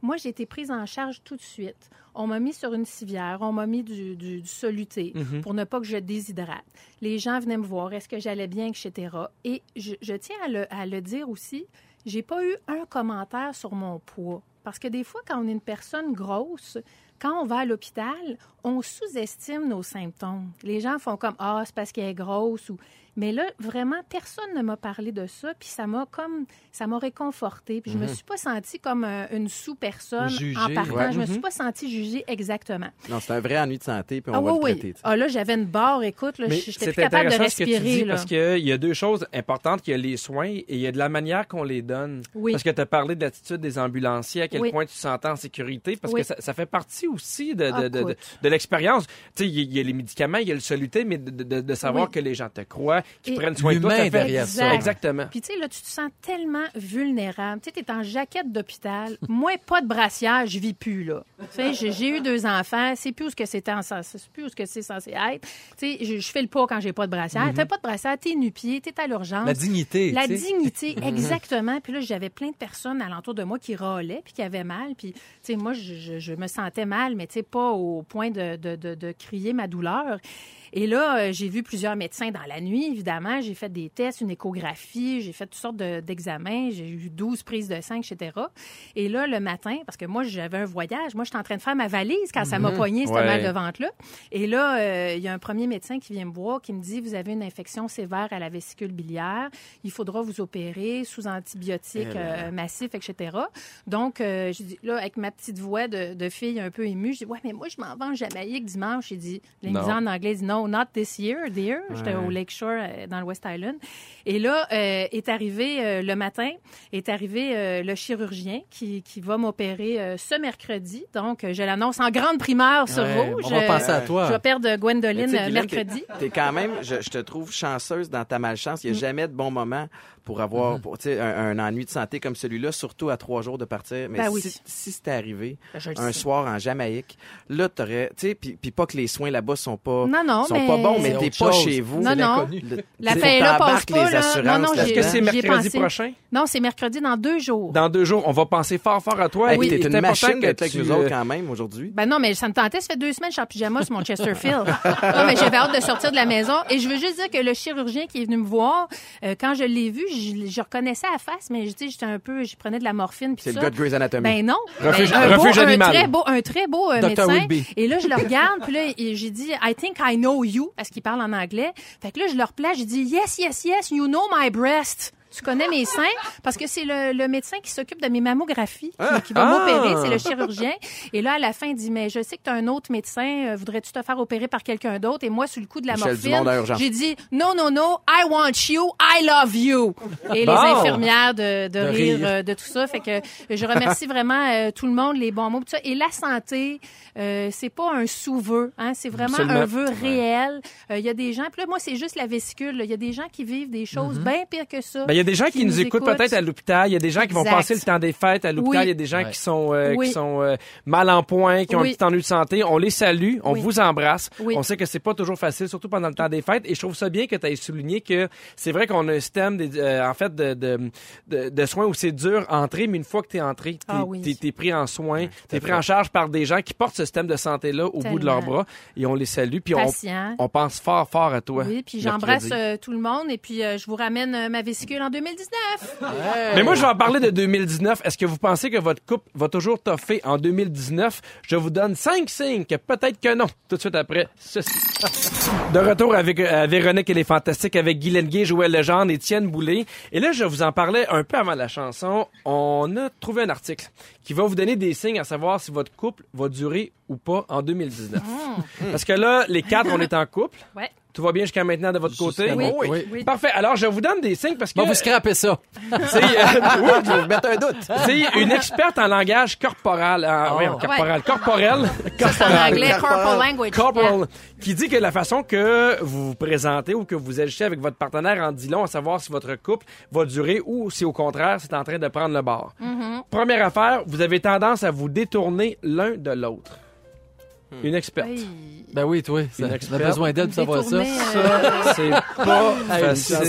[SPEAKER 2] Moi, j'ai été prise en charge tout de suite. On m'a mis sur une civière, on m'a mis du, du- du soluté pour ne pas que je déshydrate. Les gens venaient me voir, est-ce que j'allais bien, etc. Et je, je tiens à le, à le dire aussi, j'ai pas eu un commentaire sur mon poids. Parce que des fois, quand on est une personne grosse, quand on va à l'hôpital, on sous-estime nos symptômes. Les gens font comme Ah, c'est parce qu'elle est grosse ou mais là, vraiment, personne ne m'a parlé de ça, puis ça m'a comme ça m'a réconfortée. Puis je me suis pas sentie comme euh, une sous-personne
[SPEAKER 4] Jugée,
[SPEAKER 2] en partant.
[SPEAKER 3] ouais.
[SPEAKER 2] Je me suis pas sentie jugée exactement.
[SPEAKER 3] Non, c'est un vrai ennui de santé, puis on
[SPEAKER 2] ah
[SPEAKER 3] va
[SPEAKER 2] oui,
[SPEAKER 3] le
[SPEAKER 2] oui.
[SPEAKER 3] traiter. tu sais.
[SPEAKER 2] Ah là, j'avais une barre, écoute, là,
[SPEAKER 1] Mais
[SPEAKER 2] j'étais
[SPEAKER 1] c'est
[SPEAKER 2] plus capable de
[SPEAKER 1] intéressant
[SPEAKER 2] respirer.
[SPEAKER 1] ce que tu dis
[SPEAKER 2] là.
[SPEAKER 1] parce qu'il y a deux choses importantes. Il y a les soins et il y a de la manière qu'on les donne.
[SPEAKER 2] Oui.
[SPEAKER 1] Parce que tu as parlé de l'attitude des ambulanciers, à quel
[SPEAKER 2] Oui.
[SPEAKER 1] point tu te sentais en sécurité, parce
[SPEAKER 2] Oui.
[SPEAKER 1] que ça, ça fait partie aussi de, de,
[SPEAKER 2] Ah,
[SPEAKER 1] de- de-
[SPEAKER 2] écoute.
[SPEAKER 1] de l'expérience. Tu sais, il y, a- il y a les médicaments, il y a le soluté, mais de, de- de- de savoir
[SPEAKER 2] Oui.
[SPEAKER 1] que les gens te croient, qu'ils
[SPEAKER 2] Et-
[SPEAKER 1] prennent soin de toi.
[SPEAKER 4] L'humain
[SPEAKER 1] ça fait-
[SPEAKER 4] derrière
[SPEAKER 2] ça, hein.
[SPEAKER 1] Exactement.
[SPEAKER 2] Puis tu sais, là, tu te sens tellement vulnérable. Tu sais, t'es en jaquette d'hôpital. Moi, pas de brassière, je vis plus, là. Tu sais, j'ai- j'ai eu deux enfants, c'est plus où ce que c'était en sens- c'est plus où ce que c'est censé être. Tu sais, je, je fais le pas quand j'ai pas de brassière. T'as pas de brassière, t'es nu-pied, t'es à l'urgence.
[SPEAKER 4] La dignité.
[SPEAKER 2] hein? La
[SPEAKER 4] tu sais. Mhm.
[SPEAKER 2] dignité, exactement. Puis là, j'avais plein de personnes alentour de moi qui râlaient puis qui avaient mal. Puis, tu sais, moi, je, je- je me sentais mal, mais tu sais, pas au point de, de- de- de crier ma douleur. Et là, euh, j'ai vu plusieurs médecins dans la nuit, évidemment. J'ai fait des tests, une échographie, j'ai fait toutes sortes de- d'examens. j'ai eu 12 prises de sang, etc. Et là, le matin, parce que moi, j'avais un voyage. Moi, j'étais en train de faire ma valise quand ça m'a
[SPEAKER 4] Mhm.
[SPEAKER 2] poigné, ce
[SPEAKER 1] Ouais.
[SPEAKER 2] mal de ventre-là. Et là, euh, il y a un premier médecin qui vient me voir, qui me dit, vous avez une infection sévère à la vésicule biliaire il faudra vous opérer sous antibiotiques
[SPEAKER 3] Eh
[SPEAKER 2] euh, massifs, etc. Donc, euh, je dis, là, avec ma petite voix de, de fille un peu émue, je dis, ouais, mais moi, je m'en vais en Jamaïque dimanche. Il dit,
[SPEAKER 1] Non.
[SPEAKER 2] l'émission en anglais, il dit, non, non, not this year, dear. J'étais au Lakeshore, euh, dans le West Island. Et là, euh, est arrivé euh, le matin, est arrivé euh, le chirurgien qui, qui va m'opérer euh, ce mercredi. Donc, euh, je l'annonce en grande primeur sur
[SPEAKER 4] Ouais,
[SPEAKER 2] Rouge.
[SPEAKER 4] on va
[SPEAKER 2] Euh,
[SPEAKER 4] penser à
[SPEAKER 2] Je vais
[SPEAKER 4] toi.
[SPEAKER 2] perdre
[SPEAKER 3] Mais tu
[SPEAKER 2] Gwendoline
[SPEAKER 3] sais,
[SPEAKER 2] euh,
[SPEAKER 3] Guylaine, t'es-
[SPEAKER 2] mercredi. Mm.
[SPEAKER 3] T'es quand même, je, je te trouve chanceuse dans ta malchance. Il n'y a jamais de bon moment pour
[SPEAKER 2] Mm-hmm.
[SPEAKER 3] avoir pour, tu sais, un, un ennui de santé comme celui-là, surtout à trois jours de partir. Mais
[SPEAKER 2] Ben oui.
[SPEAKER 3] si, si c'était arrivé
[SPEAKER 2] Je le
[SPEAKER 3] un
[SPEAKER 2] sais.
[SPEAKER 3] soir en Jamaïque, là, t'aurais, tu sais, puis puis pas que les soins là-bas sont pas,
[SPEAKER 2] Non, non,
[SPEAKER 3] sont
[SPEAKER 2] mais-
[SPEAKER 3] pas bons, mais
[SPEAKER 4] C'est
[SPEAKER 3] t'es
[SPEAKER 4] autre
[SPEAKER 3] pas
[SPEAKER 4] chose.
[SPEAKER 3] chez vous.
[SPEAKER 2] Non,
[SPEAKER 3] C'est
[SPEAKER 2] non.
[SPEAKER 3] l'inconnu. Le-
[SPEAKER 2] La
[SPEAKER 3] tu sais,
[SPEAKER 2] paix est là,
[SPEAKER 3] t'embarques
[SPEAKER 2] passe pas,
[SPEAKER 3] les
[SPEAKER 2] là.
[SPEAKER 3] assurances
[SPEAKER 2] Non, non,
[SPEAKER 3] là-dedans.
[SPEAKER 1] Est-ce que
[SPEAKER 2] J'y
[SPEAKER 1] c'est
[SPEAKER 2] ai
[SPEAKER 1] mercredi
[SPEAKER 2] pensé.
[SPEAKER 1] prochain?
[SPEAKER 2] Non, c'est mercredi dans deux jours.
[SPEAKER 1] Dans deux jours, on va penser fort, fort à toi.
[SPEAKER 3] Hey,
[SPEAKER 1] Oui,
[SPEAKER 3] puis t'es
[SPEAKER 1] c'est
[SPEAKER 3] une
[SPEAKER 1] important
[SPEAKER 3] machine
[SPEAKER 1] que
[SPEAKER 3] d'être avec
[SPEAKER 1] tu,
[SPEAKER 3] nous
[SPEAKER 1] euh,
[SPEAKER 3] autres quand même aujourd'hui.
[SPEAKER 2] Ben non, mais ça me tentait, ça fait deux semaines, je suis en pyjama sur mon Chesterfield. non, mais j'avais hâte de sortir de la maison. Et je veux juste dire que le chirurgien qui est venu me voir, euh, quand je l'ai vu, je, je reconnaissais la face, mais je- tu sais, j'étais un peu, je prenais de la morphine. puis
[SPEAKER 3] C'est le
[SPEAKER 2] ça.
[SPEAKER 3] gars de Grey's Anatomy.
[SPEAKER 2] Ben non.
[SPEAKER 1] Refuge-
[SPEAKER 2] Ben, un,
[SPEAKER 1] refuge
[SPEAKER 2] beau, un
[SPEAKER 1] animal.
[SPEAKER 2] très beau, un très beau euh,
[SPEAKER 4] Dr.
[SPEAKER 2] médecin.
[SPEAKER 4] Whitby.
[SPEAKER 2] Et là, je le regarde, puis là, il- j'ai dit, I think I know you, parce qu'il parle en anglais. Fait que là, je le replace, j'ai dit, yes, yes, yes, you know my breast. Tu connais mes seins parce que c'est le, le médecin qui s'occupe de mes mammographies qui, qui va
[SPEAKER 1] Ah!
[SPEAKER 2] m'opérer, c'est le chirurgien. Et là, à la fin, il dit, mais je sais que tu as un autre médecin, euh, voudrais-tu te faire opérer par quelqu'un d'autre? Et moi, sur le coup de la
[SPEAKER 3] Michel Dumont dans
[SPEAKER 2] morphine,
[SPEAKER 3] Urgence.
[SPEAKER 2] j'ai dit, non, non, non, I want you, I love you. Et
[SPEAKER 1] Bon.
[SPEAKER 2] les infirmières de, de rire,
[SPEAKER 4] rire.
[SPEAKER 2] euh, de tout ça. Fait que je remercie vraiment euh, tout le monde, les bons mots, tout ça. Et la santé, euh, c'est pas un sous-vœu, hein, c'est vraiment
[SPEAKER 1] Absolument.
[SPEAKER 2] un vœu réel. Euh, Il y a des gens, puis là, moi, c'est juste la vésicule. là. Il y a des gens qui vivent des choses bien pires que ça.
[SPEAKER 1] Ben, il y a des gens qui,
[SPEAKER 2] qui
[SPEAKER 1] nous,
[SPEAKER 2] nous
[SPEAKER 1] écoutent
[SPEAKER 2] écoutent.
[SPEAKER 1] peut-être à l'hôpital. Il y a des gens qui vont
[SPEAKER 2] Exact.
[SPEAKER 1] passer le temps des fêtes à l'hôpital. Il
[SPEAKER 2] Oui.
[SPEAKER 1] y a des gens
[SPEAKER 4] Ouais.
[SPEAKER 1] qui sont, euh,
[SPEAKER 2] Oui.
[SPEAKER 1] qui sont euh, mal en point, qui ont un
[SPEAKER 2] Oui.
[SPEAKER 1] petit ennui de santé. On les salue, on
[SPEAKER 2] Oui.
[SPEAKER 1] vous embrasse.
[SPEAKER 2] Oui.
[SPEAKER 1] On sait que c'est pas toujours facile, surtout pendant le temps des fêtes. Et je trouve ça bien que tu aies souligné que c'est vrai qu'on a un système des, euh, en fait de, de, de, de soins où c'est dur à entrer, mais une fois que tu es entré, tu es,
[SPEAKER 2] Ah oui.
[SPEAKER 1] pris en soin, tu es pris en charge par des gens qui portent ce système de santé-là au bout de
[SPEAKER 2] Tellement.
[SPEAKER 1] leurs bras. Et on les salue, puis on,
[SPEAKER 2] Patient.
[SPEAKER 1] on pense fort, fort à toi.
[SPEAKER 2] Oui, puis
[SPEAKER 1] mercredi.
[SPEAKER 2] j'embrasse euh, tout le monde et puis euh, je vous ramène euh, ma vésicule en 2019.
[SPEAKER 1] Mais moi, je vais en parler de 2019. Est-ce que vous pensez que votre couple va toujours toffer en 2019? Je vous donne 5 signes que peut-être que non. Tout de suite après ceci. De retour avec euh, Véronique et les Fantastiques avec Guy Lenguet, Joël Legendre, Étienne Boulay. Et là, je vous en parlais un peu avant la chanson. On a trouvé un article qui va vous donner des signes à savoir si votre couple va durer ou pas en 2019. Parce que là, les quatre, on est en couple.
[SPEAKER 2] Ouais.
[SPEAKER 1] Tout va bien jusqu'à maintenant de votre côté?
[SPEAKER 4] Jusqu'à
[SPEAKER 2] Oui.
[SPEAKER 4] Oui.
[SPEAKER 2] Oui.
[SPEAKER 1] Parfait. Alors, je vous donne des signes parce que...
[SPEAKER 4] Bon, vous scrapez ça.
[SPEAKER 1] c'est, euh, oui,
[SPEAKER 3] Je vais vous mettre un doute.
[SPEAKER 1] c'est une experte en langage corporal. en-
[SPEAKER 4] Oh.
[SPEAKER 1] voyons, corporal. Corporel.
[SPEAKER 2] En
[SPEAKER 1] Corporal.
[SPEAKER 2] anglais, corporal language.
[SPEAKER 1] Corporal. Qui dit que la façon que vous vous présentez ou que vous agissez avec votre partenaire en dit long à savoir si votre couple va durer ou si au contraire c'est en train de prendre le bord. Première affaire, vous avez tendance à vous détourner l'un de l'autre. Une experte.
[SPEAKER 2] Oui.
[SPEAKER 4] Ben oui, toi. ça-
[SPEAKER 1] Une
[SPEAKER 4] On a
[SPEAKER 1] experte.
[SPEAKER 4] besoin d'aide pour savoir ça.
[SPEAKER 2] Détourner, euh,
[SPEAKER 1] Ça, c'est pas facile.
[SPEAKER 2] Ah,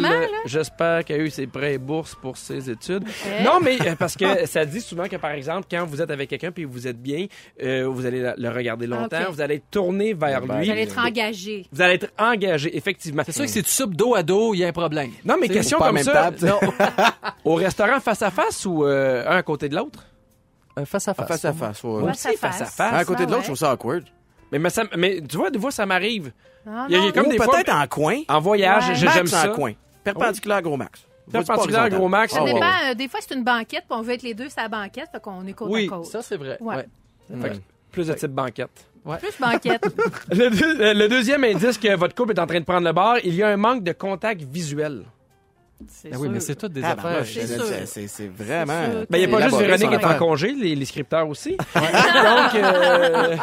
[SPEAKER 2] Physiquement, là?
[SPEAKER 1] J'espère qu'elle a eu ses prêts et bourses pour ses études. Non, mais euh, parce que ça dit souvent que, par exemple, quand vous êtes avec quelqu'un puis vous êtes bien, euh, vous allez la- le regarder longtemps,
[SPEAKER 2] Ah, ok.
[SPEAKER 1] vous allez être tourné vers
[SPEAKER 3] Ben,
[SPEAKER 1] lui.
[SPEAKER 2] Vous allez être engagé.
[SPEAKER 1] Vous allez être engagé, effectivement.
[SPEAKER 4] C'est sûr que si tu soupes dos à dos, il y a un problème.
[SPEAKER 1] Non, mais
[SPEAKER 4] Tu sais,
[SPEAKER 1] question
[SPEAKER 3] pas à
[SPEAKER 1] comme
[SPEAKER 3] même
[SPEAKER 1] ça,
[SPEAKER 3] table, tu sais.
[SPEAKER 1] au restaurant face à face ou euh, un à côté de l'autre?
[SPEAKER 4] euh, face à face.
[SPEAKER 3] Face à face, ouais.
[SPEAKER 2] Face à
[SPEAKER 1] Aussi, face à
[SPEAKER 2] face.
[SPEAKER 1] face. Ah,
[SPEAKER 3] Un à côté de l'autre,
[SPEAKER 2] ouais.
[SPEAKER 3] je trouve ça awkward.
[SPEAKER 1] Mais, mais ça- mais tu vois, des fois, ça m'arrive.
[SPEAKER 2] Ah,
[SPEAKER 1] Il y a- il y a
[SPEAKER 2] non.
[SPEAKER 1] comme
[SPEAKER 3] Ou
[SPEAKER 1] des fois-
[SPEAKER 3] peut-être en coin.
[SPEAKER 1] En voyage,
[SPEAKER 2] Ouais.
[SPEAKER 1] j'ai- j'aime
[SPEAKER 3] Max en
[SPEAKER 1] ça.
[SPEAKER 3] coin. Perpendiculaire gros max. Vas-y pas
[SPEAKER 1] Perpendiculaire, gros max.
[SPEAKER 2] Ça
[SPEAKER 3] Ah ouais,
[SPEAKER 2] dépend,
[SPEAKER 3] ouais.
[SPEAKER 2] euh, des fois, c'est une banquette, puis on veut être les deux sur la banquette, fait qu'on est côte
[SPEAKER 4] Oui,
[SPEAKER 2] à côte.
[SPEAKER 4] ça c'est vrai.
[SPEAKER 2] Ouais.
[SPEAKER 4] Ouais.
[SPEAKER 1] Fait que plus de type banquette.
[SPEAKER 2] Plus banquette.
[SPEAKER 1] Le, deux- euh, le deuxième indice que votre couple est en train de prendre le bord, il y a un manque de contact visuel.
[SPEAKER 2] C'est
[SPEAKER 4] Ben oui,
[SPEAKER 2] sûr.
[SPEAKER 4] mais c'est toutes des
[SPEAKER 3] Ah, ben, moi,
[SPEAKER 4] affaires.
[SPEAKER 3] je-
[SPEAKER 2] C'est sûr.
[SPEAKER 3] c'est- c'est- C'est vraiment.
[SPEAKER 2] C'est sûr.
[SPEAKER 1] Ben, il n'y a pas
[SPEAKER 3] C'est
[SPEAKER 1] juste
[SPEAKER 3] élaboré,
[SPEAKER 1] Véronique qui
[SPEAKER 3] son
[SPEAKER 1] est en
[SPEAKER 3] affaire.
[SPEAKER 1] congé, les, les scripteurs aussi. Donc, euh,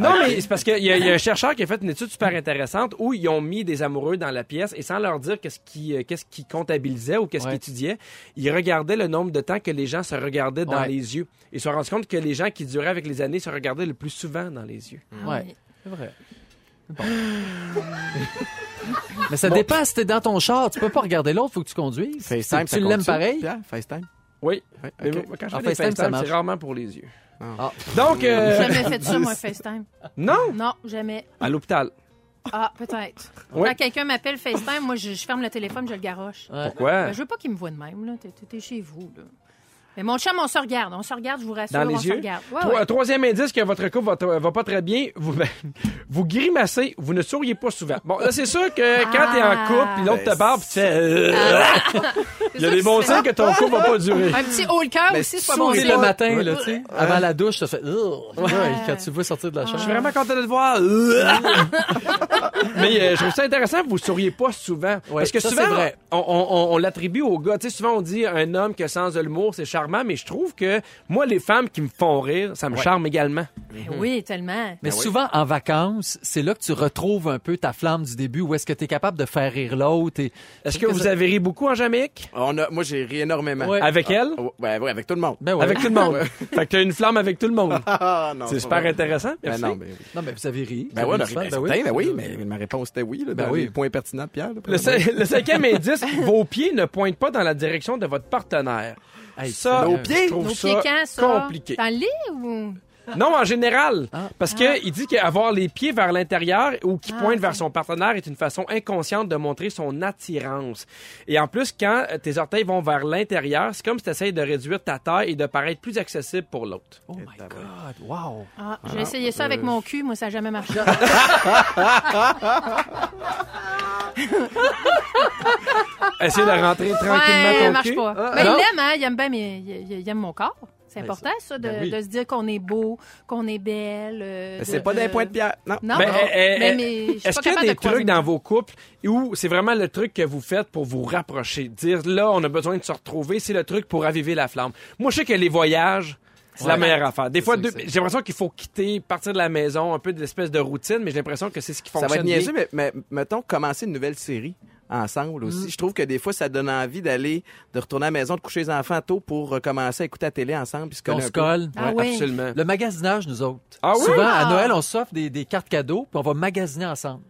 [SPEAKER 1] non, mais c'est parce qu'il y, a- il y a un chercheur qui a fait une étude super intéressante où ils ont mis des amoureux dans la pièce et sans leur dire qu'est-ce qu'ils qu'est-ce qu'ils comptabilisaient ou qu'est-ce
[SPEAKER 4] Ouais.
[SPEAKER 1] qu'ils étudiaient, ils regardaient le nombre de temps que les gens se regardaient dans
[SPEAKER 4] Ouais.
[SPEAKER 1] les yeux. Ils se sont rendus compte que les gens qui duraient avec les années se regardaient le plus souvent dans les yeux.
[SPEAKER 4] Ouais. C'est vrai. Bon. mais ça dépend si t'es dans ton char. Tu peux pas regarder l'autre, faut que tu conduises.
[SPEAKER 3] FaceTime,
[SPEAKER 4] Si
[SPEAKER 3] ça ah,
[SPEAKER 4] tu l'aimes
[SPEAKER 3] compte-tu,
[SPEAKER 4] pareil.
[SPEAKER 3] Pierre? FaceTime.
[SPEAKER 1] Oui.
[SPEAKER 3] Ouais,
[SPEAKER 1] Mais
[SPEAKER 3] ok.
[SPEAKER 1] moi, quand je
[SPEAKER 4] En
[SPEAKER 1] fais des
[SPEAKER 4] FaceTime, ça
[SPEAKER 1] FaceTime,
[SPEAKER 4] marche.
[SPEAKER 1] c'est rarement pour les yeux.
[SPEAKER 3] Ah.
[SPEAKER 1] Donc, euh,
[SPEAKER 2] Jamais fait ça, moi, FaceTime.
[SPEAKER 1] non,
[SPEAKER 2] Non, jamais.
[SPEAKER 1] à l'hôpital.
[SPEAKER 2] Ah, peut-être.
[SPEAKER 1] Ouais.
[SPEAKER 2] Quand quelqu'un m'appelle FaceTime, moi, je, je ferme le téléphone, je le garoche.
[SPEAKER 4] Ouais.
[SPEAKER 2] Ben,
[SPEAKER 1] Pourquoi?
[SPEAKER 2] je veux pas qu'il me voie de même, là. T'es- T'es t'es chez vous, là. Mais mon chum, on se regarde. On se regarde, je vous rassure.
[SPEAKER 1] Dans
[SPEAKER 2] on
[SPEAKER 1] les
[SPEAKER 2] se
[SPEAKER 1] yeux.
[SPEAKER 2] regarde. Ouais,
[SPEAKER 1] Tro-
[SPEAKER 2] ouais.
[SPEAKER 1] Troisième indice que votre couple va, tr- va pas très bien. Vous, ben, vous grimacez, vous ne souriez pas souvent. Bon, là, c'est sûr que quand t'es en couple, puis l'autre te barbe, tu fais.
[SPEAKER 4] Ah.
[SPEAKER 1] euh, Il y a
[SPEAKER 2] C'est
[SPEAKER 1] des
[SPEAKER 2] sûr
[SPEAKER 1] bons
[SPEAKER 2] que tu fais
[SPEAKER 1] signes que ton couple va pas durer.
[SPEAKER 2] Un petit haut le cœur
[SPEAKER 3] Mais
[SPEAKER 2] aussi, c'est ben, pas bon.
[SPEAKER 4] Sauter
[SPEAKER 2] signe.
[SPEAKER 4] le matin, là, tu sais. Avant la douche, ça fait. Ugh. Ouais, Quand tu veux sortir de la
[SPEAKER 1] Je
[SPEAKER 4] chambre.
[SPEAKER 1] suis vraiment content de te voir. Mais euh, je trouve ça intéressant, vous souriez pas souvent.
[SPEAKER 4] Ouais,
[SPEAKER 1] Parce que
[SPEAKER 4] ça,
[SPEAKER 1] souvent,
[SPEAKER 4] c'est vrai.
[SPEAKER 1] on, on- on- on l'attribue aux gars. Tu sais, souvent, on dit un homme qui a sens de l'humour, c'est charmant, mais je trouve que moi, les femmes qui me font rire, ça me charme également.
[SPEAKER 2] Ben Oui, tellement.
[SPEAKER 4] Mhm. Mais souvent, en vacances, c'est là que tu retrouves un peu ta flamme du début, où est-ce que tu es capable de faire rire l'autre. Et...
[SPEAKER 1] Est-ce que vous avez ri beaucoup en Jamaïque?
[SPEAKER 3] On a, moi, j'ai ri énormément.
[SPEAKER 4] Ouais. Ah.
[SPEAKER 1] Avec elle?
[SPEAKER 3] Oh, ouais, ouais, avec tout le monde.
[SPEAKER 4] Ben ouais.
[SPEAKER 1] Avec tout le monde. fait que t'as une flamme avec tout le monde.
[SPEAKER 3] Ah, non,
[SPEAKER 1] C'est
[SPEAKER 3] pas
[SPEAKER 1] super
[SPEAKER 3] vrai.
[SPEAKER 1] intéressant.
[SPEAKER 3] Ben
[SPEAKER 1] Merci.
[SPEAKER 3] non, ben oui.
[SPEAKER 4] Non, mais vous avez ri.
[SPEAKER 3] Ben
[SPEAKER 4] Vous
[SPEAKER 3] ouais,
[SPEAKER 4] avez
[SPEAKER 3] on a
[SPEAKER 4] eu
[SPEAKER 3] ri, ben
[SPEAKER 4] du fun, ben oui.
[SPEAKER 3] certain, ben oui, mais ma réponse était oui. Là,
[SPEAKER 4] Ben
[SPEAKER 3] dans
[SPEAKER 4] oui.
[SPEAKER 3] les points pertinents de Pierre. là,
[SPEAKER 1] Le,
[SPEAKER 3] pour le
[SPEAKER 1] cin- le cinquième indice, vos pieds ne pointent pas dans la direction de votre partenaire.
[SPEAKER 4] Hey, euh,
[SPEAKER 1] ça,
[SPEAKER 4] Seigneur.
[SPEAKER 1] nos pieds, je trouve
[SPEAKER 2] Nos
[SPEAKER 1] ça
[SPEAKER 2] pieds quand, ça?
[SPEAKER 1] compliqué.
[SPEAKER 2] Dans le lit ou...
[SPEAKER 1] Non, en général,
[SPEAKER 4] Ah.
[SPEAKER 1] parce que il dit qu'avoir les pieds vers l'intérieur ou qui
[SPEAKER 2] Ah,
[SPEAKER 1] pointent
[SPEAKER 2] ok.
[SPEAKER 1] vers son partenaire est une façon inconsciente de montrer son attirance. Et en plus, quand euh, tes orteils vont vers l'intérieur, c'est comme si tu de réduire ta taille et de paraître plus accessible pour l'autre.
[SPEAKER 4] Oh my God, wow.
[SPEAKER 2] Ah, j'ai essayé ça
[SPEAKER 4] euh,
[SPEAKER 2] avec mon cul, moi, ça n'a jamais marché.
[SPEAKER 1] Essaye de rentrer tranquillement
[SPEAKER 2] Ah. ouais,
[SPEAKER 1] ton
[SPEAKER 2] marche
[SPEAKER 1] cul.
[SPEAKER 2] pas.
[SPEAKER 1] Ah,
[SPEAKER 2] Ben,
[SPEAKER 1] non?
[SPEAKER 2] il aime, hein, il aime bien, mais il, il- il aime mon corps. C'est important, ça, de,
[SPEAKER 4] ben oui.
[SPEAKER 2] de se dire qu'on est beau, qu'on est belle. euh,
[SPEAKER 3] Ben,
[SPEAKER 2] de-
[SPEAKER 3] c'est pas d'un
[SPEAKER 2] de-
[SPEAKER 3] point de Pierre. Non.
[SPEAKER 2] Non,
[SPEAKER 1] Ben,
[SPEAKER 2] non.
[SPEAKER 1] eh, eh,
[SPEAKER 2] mais, mais je
[SPEAKER 1] eh,
[SPEAKER 2] suis
[SPEAKER 1] Est-ce
[SPEAKER 2] pas
[SPEAKER 1] qu'il y a
[SPEAKER 2] capable de
[SPEAKER 1] des
[SPEAKER 2] croiser
[SPEAKER 1] trucs dans vos couples où c'est vraiment le truc que vous faites pour vous rapprocher? Dire là, on a besoin de se retrouver, c'est le truc pour raviver la flamme. Moi, je sais que les voyages, c'est la
[SPEAKER 4] Ouais.
[SPEAKER 1] meilleure affaire. Des
[SPEAKER 4] C'est
[SPEAKER 1] fois,
[SPEAKER 4] sûr que
[SPEAKER 1] deux-
[SPEAKER 4] c'est-
[SPEAKER 1] j'ai l'impression qu'il faut quitter, partir de la maison, un peu de l'espèce de routine, mais j'ai l'impression que c'est ce qui
[SPEAKER 3] Ça
[SPEAKER 1] fonctionne.
[SPEAKER 3] va être niaiseux,
[SPEAKER 1] bien.
[SPEAKER 3] mais, mais mettons, commencer une nouvelle série ensemble
[SPEAKER 1] Mm.
[SPEAKER 3] aussi. Je trouve que des fois, ça donne envie d'aller, de retourner à la maison, de coucher les enfants tôt pour recommencer à écouter la télé ensemble. Puis se
[SPEAKER 4] On
[SPEAKER 3] coller un
[SPEAKER 4] se
[SPEAKER 3] peu.
[SPEAKER 4] colle.
[SPEAKER 2] Ah oui.
[SPEAKER 1] Absolument.
[SPEAKER 4] Le magasinage, nous autres.
[SPEAKER 1] Ah oui?
[SPEAKER 4] Souvent, à Noël, on s'offre des, des cartes cadeaux, puis on va magasiner ensemble.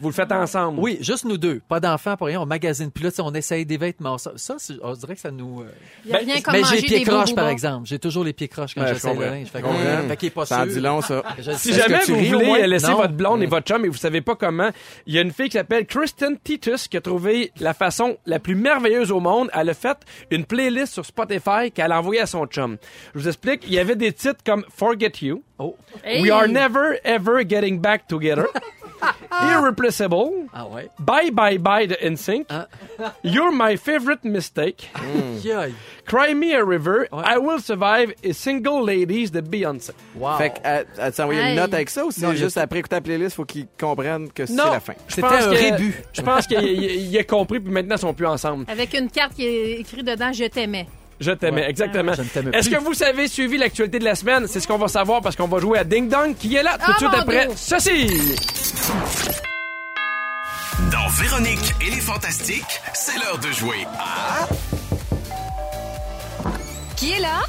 [SPEAKER 1] Vous le faites ensemble.
[SPEAKER 4] Oui, juste nous deux. Pas d'enfants, pas rien. On magasine. Puis là, tu sais, on essaye des vêtements. Ça, ça, c'est- on dirait que ça nous... euh,
[SPEAKER 2] Il y a
[SPEAKER 1] Ben,
[SPEAKER 2] rien comme
[SPEAKER 4] Mais
[SPEAKER 2] manger
[SPEAKER 4] j'ai
[SPEAKER 2] des
[SPEAKER 4] pieds
[SPEAKER 2] beaux
[SPEAKER 4] croches, par
[SPEAKER 2] bonbons.
[SPEAKER 4] exemple. J'ai toujours les pieds croches quand
[SPEAKER 3] Ouais, je
[SPEAKER 4] j'essaie le
[SPEAKER 3] comprends.
[SPEAKER 4] linge. Fait
[SPEAKER 3] Je
[SPEAKER 4] qu'on-
[SPEAKER 3] comprends.
[SPEAKER 4] fait qu'il est pas
[SPEAKER 3] Ça en
[SPEAKER 4] sûr.
[SPEAKER 3] dit long, ça.
[SPEAKER 4] Je-
[SPEAKER 1] Si
[SPEAKER 4] est-ce que
[SPEAKER 1] jamais
[SPEAKER 4] tu
[SPEAKER 1] vous
[SPEAKER 4] ris au
[SPEAKER 1] voulez
[SPEAKER 4] moins?
[SPEAKER 1] laisser
[SPEAKER 4] Non.
[SPEAKER 1] votre blonde et votre chum et vous savez pas comment, il y a une fille qui s'appelle Kristen Titus qui a trouvé la façon la plus merveilleuse au monde. Elle a fait une playlist sur Spotify qu'elle a envoyée à son chum. Je vous explique, il y avait des titres comme Forget You,
[SPEAKER 4] Oh.
[SPEAKER 2] Hey!
[SPEAKER 1] We Are Never Ever Getting Back Together, Irreplaceable,
[SPEAKER 4] Ah ouais?
[SPEAKER 1] Bye Bye Bye de NSYNC,
[SPEAKER 4] Ah.
[SPEAKER 1] You're My Favorite Mistake,
[SPEAKER 4] Yoï.
[SPEAKER 1] Cry Me a River,
[SPEAKER 4] Ouais.
[SPEAKER 1] I Will Survive et Single Ladies de Beyoncé.
[SPEAKER 4] Wow.
[SPEAKER 3] Fait que, euh, elle- elle t'a envoyé
[SPEAKER 2] Aïe.
[SPEAKER 3] une note avec ça ou c'est
[SPEAKER 4] Non, il y a
[SPEAKER 3] juste après écouter la playlist, faut qu'ils comprennent que c'est
[SPEAKER 1] Non,
[SPEAKER 3] la fin?
[SPEAKER 1] je
[SPEAKER 4] C'était
[SPEAKER 1] pense
[SPEAKER 4] un
[SPEAKER 1] que-
[SPEAKER 4] rébut.
[SPEAKER 1] Je pense qu'il il a compris, puis maintenant, ils sont plus ensemble.
[SPEAKER 2] Avec une carte qui est écrite dedans « Je t'aimais
[SPEAKER 1] Je t'aimais, exactement.
[SPEAKER 4] Je ne t'aimais
[SPEAKER 1] Est-ce
[SPEAKER 4] plus.
[SPEAKER 1] que vous avez suivi l'actualité de la semaine? C'est ce qu'on va savoir parce qu'on va jouer à Ding Dong qui est là tout de
[SPEAKER 2] Ah,
[SPEAKER 1] suite
[SPEAKER 2] mon
[SPEAKER 1] après
[SPEAKER 2] Dieu.
[SPEAKER 1] ceci.
[SPEAKER 8] Dans Véronique et les Fantastiques, c'est l'heure de jouer à...
[SPEAKER 9] Qui est là?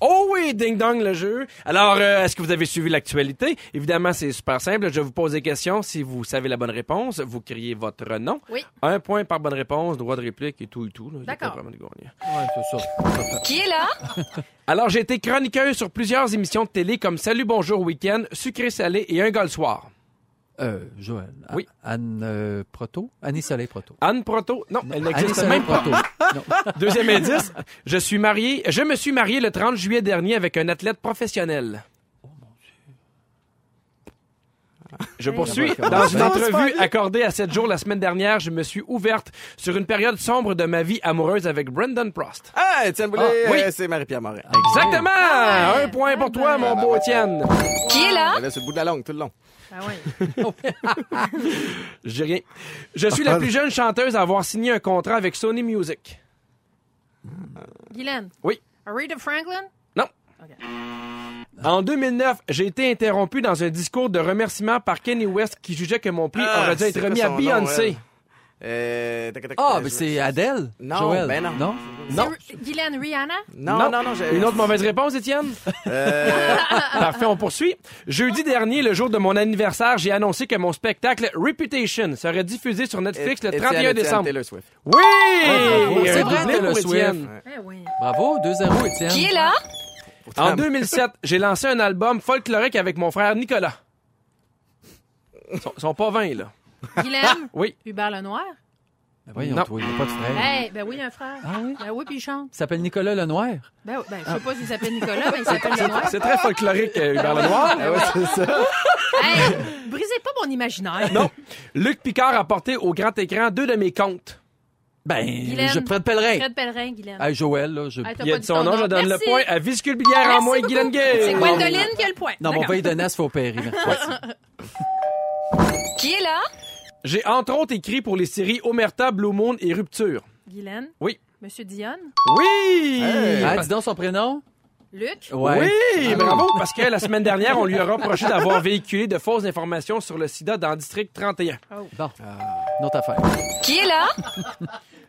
[SPEAKER 1] Oh oui, Ding Dong le jeu. Alors, euh, est-ce que vous avez suivi l'actualité? Évidemment, c'est super simple. Je vous pose des questions. Si vous savez la bonne réponse, vous criez votre nom. ».
[SPEAKER 2] Oui.
[SPEAKER 1] Un point par bonne réponse, droit de réplique et tout et tout. là. Il y a
[SPEAKER 2] D'accord.
[SPEAKER 1] pas vraiment de gagnant.
[SPEAKER 4] Ouais, c'est ça.
[SPEAKER 9] Qui est là?
[SPEAKER 1] Alors, j'ai été chroniqueuse sur plusieurs émissions de télé comme Salut, Bonjour, Week-end, Sucré Salé et Un gars le soir.
[SPEAKER 4] Euh, Joël. A-
[SPEAKER 1] Oui.
[SPEAKER 4] Anne euh, Proto. Annie Soleil Proto.
[SPEAKER 1] Anne Proto, non, elle
[SPEAKER 4] Annie
[SPEAKER 1] n'existe
[SPEAKER 4] Soleil
[SPEAKER 1] même pas.
[SPEAKER 4] Proto. Non.
[SPEAKER 1] Deuxième indice, je suis marié, je me suis marié le 30 juillet dernier avec un athlète professionnel. Je
[SPEAKER 4] Ah
[SPEAKER 1] poursuis. Dans une entrevue accordée à 7 jours la semaine dernière, je me suis ouverte sur une période sombre de ma vie amoureuse avec Brendan Prost.
[SPEAKER 3] Ah, Étienne Boulay,
[SPEAKER 1] Ah, oui.
[SPEAKER 3] euh, c'est Marie-Pierre Morin.
[SPEAKER 1] Exactement!
[SPEAKER 2] Ah ouais.
[SPEAKER 1] Un point pour toi, mon beau Étienne.
[SPEAKER 9] Qui est là?
[SPEAKER 1] Ah.
[SPEAKER 3] Elle est sur le bout de la langue tout le long.
[SPEAKER 2] Ah oui.
[SPEAKER 1] Je dis rien. Je suis la plus jeune chanteuse à avoir signé un contrat avec Sony Music.
[SPEAKER 2] Guylaine.
[SPEAKER 1] Oui.
[SPEAKER 2] Aretha Franklin.
[SPEAKER 1] En 2009, j'ai été interrompu dans un discours de remerciement par Kenny West qui jugeait que mon prix
[SPEAKER 3] Ah,
[SPEAKER 1] aurait dû
[SPEAKER 3] c'est
[SPEAKER 1] être remis
[SPEAKER 3] quoi
[SPEAKER 1] à
[SPEAKER 3] son nom,
[SPEAKER 1] Beyoncé.
[SPEAKER 3] elle? Euh, tac, tac, tac,
[SPEAKER 4] Ah,
[SPEAKER 3] je-
[SPEAKER 4] mais c'est Adèle.
[SPEAKER 3] Non,
[SPEAKER 4] Joël.
[SPEAKER 3] ben non.
[SPEAKER 4] Non?
[SPEAKER 1] Non.
[SPEAKER 2] C'est R- Guylaine Rihanna.
[SPEAKER 3] Non, non, non, j'ai- Euh.
[SPEAKER 1] Une autre mauvaise réponse, Étienne? Parfait, on poursuit. Jeudi dernier, le jour de mon anniversaire, j'ai annoncé que mon spectacle Reputation serait diffusé sur Netflix le
[SPEAKER 3] Étienne,
[SPEAKER 1] 31
[SPEAKER 3] Étienne,
[SPEAKER 1] décembre.
[SPEAKER 3] Taylor Swift.
[SPEAKER 1] Oui!
[SPEAKER 4] C'est
[SPEAKER 1] Un
[SPEAKER 4] vrai,
[SPEAKER 1] doublé
[SPEAKER 4] Taylor
[SPEAKER 1] pour
[SPEAKER 4] Swift.
[SPEAKER 1] Étienne.
[SPEAKER 2] Eh oui.
[SPEAKER 4] Bravo, 2-0, Étienne.
[SPEAKER 9] Qui est là?
[SPEAKER 1] En
[SPEAKER 3] Tam.
[SPEAKER 1] 2007, j'ai lancé un album folklorique avec mon frère Nicolas. Ils sont, sont pas vains, là.
[SPEAKER 2] Guylaine.
[SPEAKER 1] Ah, Oui.
[SPEAKER 2] Hubert Lenoir.
[SPEAKER 4] Ben voyons,
[SPEAKER 1] Non.
[SPEAKER 4] toi, il n'y a pas de frère.
[SPEAKER 2] Hey, ben oui, un frère.
[SPEAKER 4] Ah oui?
[SPEAKER 2] Ben oui, puis il chante.
[SPEAKER 4] Il s'appelle Nicolas Lenoir.
[SPEAKER 2] Ben, ben je sais pas s'il s'appelle Nicolas, mais il s'appelle Lenoir.
[SPEAKER 1] Ah. C'est très folklorique, euh, Hubert Lenoir.
[SPEAKER 3] Ah
[SPEAKER 2] Hey, brisez pas mon imaginaire.
[SPEAKER 1] Non. Luc Picard a porté au grand écran deux de mes contes.
[SPEAKER 4] Ben,
[SPEAKER 2] Guylaine.
[SPEAKER 4] je Fred Pellerin.
[SPEAKER 2] Fred Pellerin, Guylaine.
[SPEAKER 4] Hey, Joël, là, je...
[SPEAKER 2] Hey, t'as
[SPEAKER 1] Il a
[SPEAKER 2] pas
[SPEAKER 1] dit son nom, je donne le
[SPEAKER 2] Merci. Ah,
[SPEAKER 1] point à Viscule Bière en
[SPEAKER 2] Merci
[SPEAKER 1] moins,
[SPEAKER 2] beaucoup.
[SPEAKER 1] Guylaine Gay.
[SPEAKER 2] C'est Gwendoline qui a le point.
[SPEAKER 4] Non, mais on
[SPEAKER 2] D'accord.
[SPEAKER 4] va y donner à ce faux péri.
[SPEAKER 9] Qui est là?
[SPEAKER 1] J'ai entre autres écrit pour les séries Omerta, Blue Moon et Rupture.
[SPEAKER 2] Guylaine.
[SPEAKER 1] Oui.
[SPEAKER 2] Monsieur Dionne.
[SPEAKER 1] Oui!
[SPEAKER 4] Ah, dis donc son prénom.
[SPEAKER 2] Luc.
[SPEAKER 1] Oh.
[SPEAKER 4] Ah, Ouais.
[SPEAKER 1] Oui, bravo! Parce que la semaine dernière, on lui a reproché d'avoir véhiculé de fausses informations sur le sida dans District 31.
[SPEAKER 4] Bon, une autre affaire.
[SPEAKER 9] Qui est là?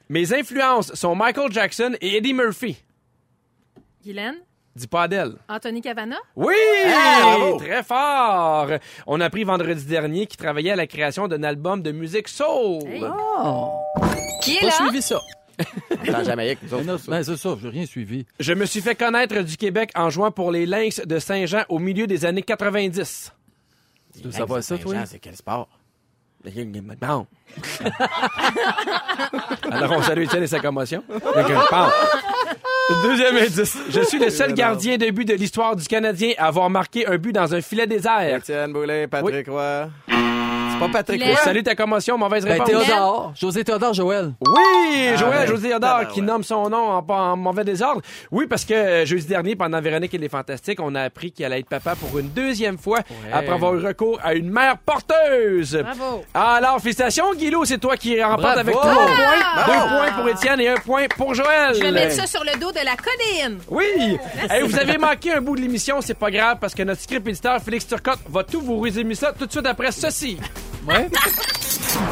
[SPEAKER 1] Mes influences sont Michael Jackson et Eddie Murphy.
[SPEAKER 2] Guylaine.
[SPEAKER 1] Dis pas Adèle.
[SPEAKER 2] Anthony Cavana.
[SPEAKER 1] Oui!
[SPEAKER 3] bravo!
[SPEAKER 1] Très fort! On a appris vendredi dernier qu'il travaillait à la création d'un album de musique soul.
[SPEAKER 2] Hey.
[SPEAKER 9] Qui est
[SPEAKER 4] Pas
[SPEAKER 9] là?
[SPEAKER 4] suivi ça.
[SPEAKER 3] Dans Jamaïque, nous
[SPEAKER 4] Mais
[SPEAKER 3] autres.
[SPEAKER 4] non, ben, c'est ça, j'ai rien suivi.
[SPEAKER 1] Je me suis fait connaître du Québec en jouant pour les Lynx de Saint-Jean au milieu des années 90.
[SPEAKER 4] Tu dois savoir ça, toi.
[SPEAKER 3] Saint-Jean, C'est quel sport?
[SPEAKER 1] Non. Alors, on salue Étienne et sa commotion. Donc, on part. Deuxième indice. Je suis le seul gardien de but de l'histoire du Canadien à avoir marqué un but dans un filet désert.
[SPEAKER 3] Étienne Boulay, Patrick Roy. C'est pas Patrick
[SPEAKER 2] Il est-
[SPEAKER 3] Roy.
[SPEAKER 1] Salut ta commotion, mauvaise
[SPEAKER 4] Ben,
[SPEAKER 1] réponse.
[SPEAKER 4] Théodore. José Théodore, Joël.
[SPEAKER 1] Oui,
[SPEAKER 4] Ah,
[SPEAKER 1] Joël
[SPEAKER 4] ben,
[SPEAKER 3] ouais.
[SPEAKER 1] José Odor qui nomme son nom en, en mauvais désordre. Oui, parce que euh, jeudi dernier, pendant Véronique et les Fantastiques, on a appris qu'il allait être papa pour une deuxième fois après avoir eu recours à une mère porteuse.
[SPEAKER 2] Bravo.
[SPEAKER 1] Alors, félicitations, Guilou, c'est toi qui remporte
[SPEAKER 4] Bravo.
[SPEAKER 1] avec trois points. Deux points pour Étienne et un point pour Joël.
[SPEAKER 2] Je vais mettre ça sur le dos de la codéine.
[SPEAKER 1] Oui! Hey, vous avez manqué un bout de l'émission, c'est pas grave parce que notre script éditeur Félix Turcotte va tout vous résumer ça tout de suite après ceci.
[SPEAKER 4] Ouais.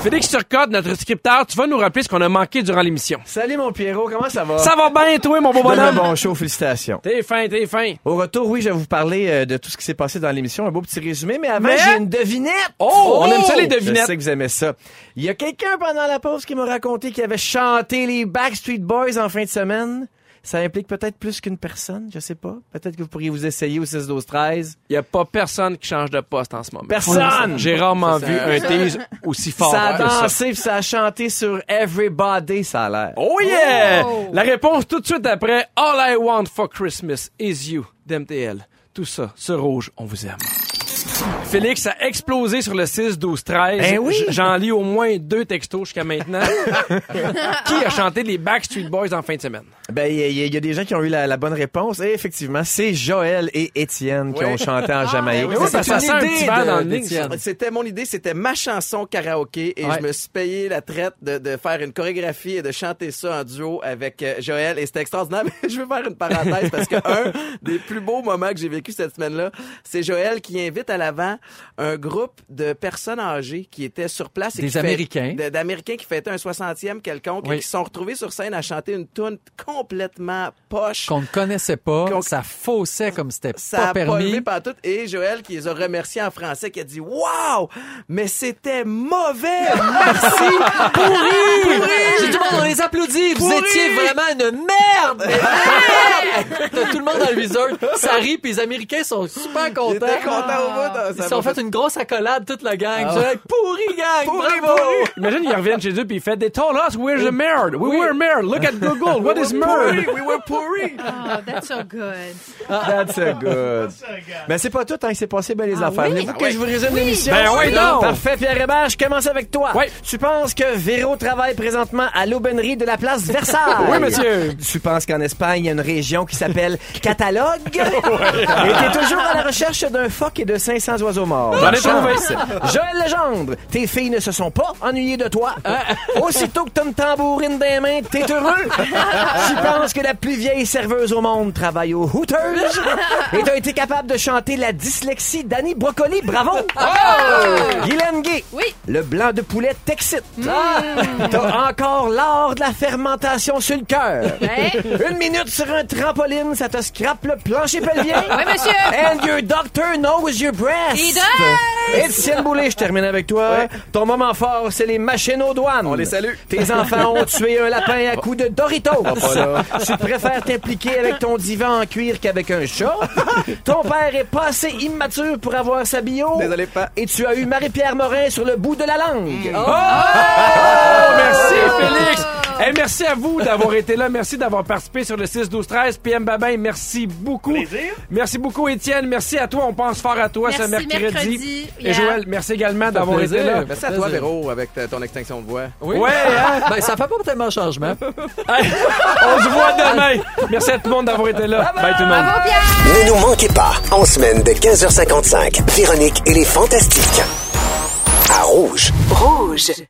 [SPEAKER 1] Félix Turcotte, notre scripteur, tu vas nous rappeler ce qu'on a manqué durant l'émission.
[SPEAKER 10] Salut mon Pierrot, comment ça va?
[SPEAKER 1] Ça va bien, toi, mon beau
[SPEAKER 10] Bonne
[SPEAKER 1] bonhomme?
[SPEAKER 10] bon show, félicitations.
[SPEAKER 1] T'es fin, t'es fin.
[SPEAKER 10] Au retour, oui, je vais vous parler euh, de tout ce qui s'est passé dans l'émission. Un beau petit résumé, mais avant,
[SPEAKER 1] Mais-
[SPEAKER 10] j'ai une devinette.
[SPEAKER 1] Oh, on aime ça, les
[SPEAKER 10] Je
[SPEAKER 1] devinettes.
[SPEAKER 10] sais que vous aimez ça. Il y a quelqu'un pendant la pause qui m'a raconté qu'il avait chanté les Backstreet Boys en fin de semaine. Ça implique peut-être plus qu'une personne, je sais pas. Peut-être que vous pourriez vous essayer au 6 12 13.
[SPEAKER 1] Il n'y a pas personne qui change de poste en ce moment.
[SPEAKER 10] Personne.
[SPEAKER 1] J'ai rarement
[SPEAKER 3] Ça,
[SPEAKER 1] vu
[SPEAKER 3] ça-
[SPEAKER 1] un tease aussi fort
[SPEAKER 10] Ah, ça a
[SPEAKER 1] que ça.
[SPEAKER 10] dansé, puis ça a chanté sur Everybody, ça a l'air.
[SPEAKER 1] Oh yeah!
[SPEAKER 2] Oh!
[SPEAKER 1] La réponse tout de suite après All I Want for Christmas is You d'MTL. Tout ça, ce rouge, on vous aime. Félix a explosé sur le 6, 12, 13.
[SPEAKER 10] Ben oui!
[SPEAKER 1] J- J'en lis au moins deux textos jusqu'à maintenant. qui a chanté les Backstreet Boys en fin de semaine?
[SPEAKER 10] Ben, il y, a- il y a des gens qui ont eu la, la bonne réponse. Et effectivement, c'est Joël et Étienne qui ont chanté en Jamaïque.
[SPEAKER 3] Ah, ben oui,
[SPEAKER 10] Ça,
[SPEAKER 3] parce que
[SPEAKER 10] ça-
[SPEAKER 3] c'est une idée
[SPEAKER 1] verre
[SPEAKER 3] de-
[SPEAKER 1] dans le nez,
[SPEAKER 4] d'Étienne.
[SPEAKER 1] ça.
[SPEAKER 3] C'était mon idée, c'était ma chanson karaoké et
[SPEAKER 4] Ouais.
[SPEAKER 3] je me suis payé la traite de, de faire une chorégraphie et de chanter ça en duo avec euh, Joël et c'était extraordinaire. Mais je veux faire une parenthèse parce que un des plus beaux moments que j'ai vécu cette semaine-là, c'est Joël qui invite à l'avant un groupe de personnes âgées qui étaient sur place. Et
[SPEAKER 4] Des
[SPEAKER 3] qui fait-
[SPEAKER 4] Américains.
[SPEAKER 3] de- D'Américains qui fêtaient un 60e quelconque
[SPEAKER 4] Oui.
[SPEAKER 3] et qui se sont retrouvés sur scène à chanter une tune complètement poche.
[SPEAKER 4] Qu'on ne connaissait pas,
[SPEAKER 3] Qu'on-
[SPEAKER 4] ça faussait comme c'était
[SPEAKER 3] Ça
[SPEAKER 4] pas
[SPEAKER 3] a pas
[SPEAKER 4] permis.
[SPEAKER 3] levé pantoute. Et Joël qui les a remerciés en français, qui a dit Waouh, mais c'était mauvais! Merci! Pourri!
[SPEAKER 4] J'ai tout le monde, on les applaudit. Vous
[SPEAKER 3] Pourri!
[SPEAKER 4] étiez vraiment une merde. Merde! T'as tout le monde dans le viseur. Ça rit, puis les Américains sont super
[SPEAKER 3] Ils
[SPEAKER 4] contents. Ah.
[SPEAKER 3] étaient contents au bout. hein,
[SPEAKER 4] Ils
[SPEAKER 3] ça
[SPEAKER 4] se sont
[SPEAKER 3] m'a Ah.
[SPEAKER 4] fait une grosse accolade, toute la gang. Ils sont là, Pourri, gang!
[SPEAKER 3] Pourri,
[SPEAKER 4] bravo!
[SPEAKER 3] pourri!
[SPEAKER 1] Imagine, ils reviennent chez eux puis ils font They told us we're the merde. We were merde. Look at Google. What is merde?
[SPEAKER 3] Pourri, we were pourri!
[SPEAKER 2] Oh, that's so good.
[SPEAKER 10] That's a good. Mais c'est pas tout, hein, il s'est passé bien les
[SPEAKER 2] Ah
[SPEAKER 10] enfants.
[SPEAKER 2] oui?
[SPEAKER 10] Voulez-vous
[SPEAKER 2] Ah
[SPEAKER 10] que je vous résume l'émission?
[SPEAKER 1] Ben oui, donc.
[SPEAKER 10] Parfait, Pierre Hébert, je commence avec toi.
[SPEAKER 1] Oui.
[SPEAKER 10] Tu penses que Véro travaille présentement à l'aubainerie de la place Versailles?
[SPEAKER 1] Oui, monsieur.
[SPEAKER 10] Tu penses qu'en Espagne, il y a une région qui s'appelle Catalogue? Et t'es toujours à la recherche d'un phoque et de 500 oiseaux morts.
[SPEAKER 1] J'en ai trouvé.
[SPEAKER 10] Bonne chance. Joël Legendre, tes filles ne se sont pas ennuyées de toi.
[SPEAKER 6] Hein?
[SPEAKER 10] Aussitôt que t'as une tambourine dans les mains, t'es heureux. tu penses que la plus vieille serveuse au monde travaille aux Hooters. Et t'as été capable de chanter la dyslexie d'Annie Brocoli. Bravo!
[SPEAKER 6] Oh,
[SPEAKER 10] Guylaine Gay,
[SPEAKER 2] Ah! Oui.
[SPEAKER 10] le blanc de poulet t'excite. Ah! T'as encore l'art de la fermentation sur le cœur.
[SPEAKER 2] Hey.
[SPEAKER 10] Une minute sur un trampoline, ça te scrape le plancher pelvien.
[SPEAKER 9] Oui, monsieur.
[SPEAKER 10] And your doctor knows your breast.
[SPEAKER 9] He does.
[SPEAKER 10] Étienne Boulay, je termine avec toi. Ton moment fort, c'est les machines aux douanes.
[SPEAKER 3] On les salue. Ah,
[SPEAKER 10] Tes enfants ont tué un lapin à coups de Doritos. tu préfères t'impliquer avec ton divan en cuir qu'avec un chat. Ton père est pas assez immature pour avoir sa bio.
[SPEAKER 3] Désolé, pas.
[SPEAKER 10] Et tu as eu Marie-Pierre Morin sur le bout de la langue.
[SPEAKER 1] Oh! Merci,
[SPEAKER 2] Oh!
[SPEAKER 1] Félix! Hey, merci à vous d'avoir été là. Merci d'avoir participé sur le 6-12-13. PM Babin, merci beaucoup. Merci beaucoup, Étienne. Merci à toi. On pense fort à toi ce
[SPEAKER 2] Merci,
[SPEAKER 1] mercredi.
[SPEAKER 2] mercredi.
[SPEAKER 1] Et
[SPEAKER 2] Yeah.
[SPEAKER 1] Joël, merci également d'avoir été
[SPEAKER 4] plaisir.
[SPEAKER 1] là.
[SPEAKER 3] Merci à toi, Véro, avec ta- ton extinction de voix.
[SPEAKER 4] Oui.
[SPEAKER 1] Ouais, hein?
[SPEAKER 4] Ben, ça fait pas tellement de changement.
[SPEAKER 1] Hey, on se voit demain. Merci à tout le monde d'avoir été là. Bye, tout le monde.
[SPEAKER 9] Bravo, Pierre.
[SPEAKER 5] Ne nous manquez pas, en semaine de 15h55, Véronique et les Fantastiques. À Rouge.
[SPEAKER 11] Rouge.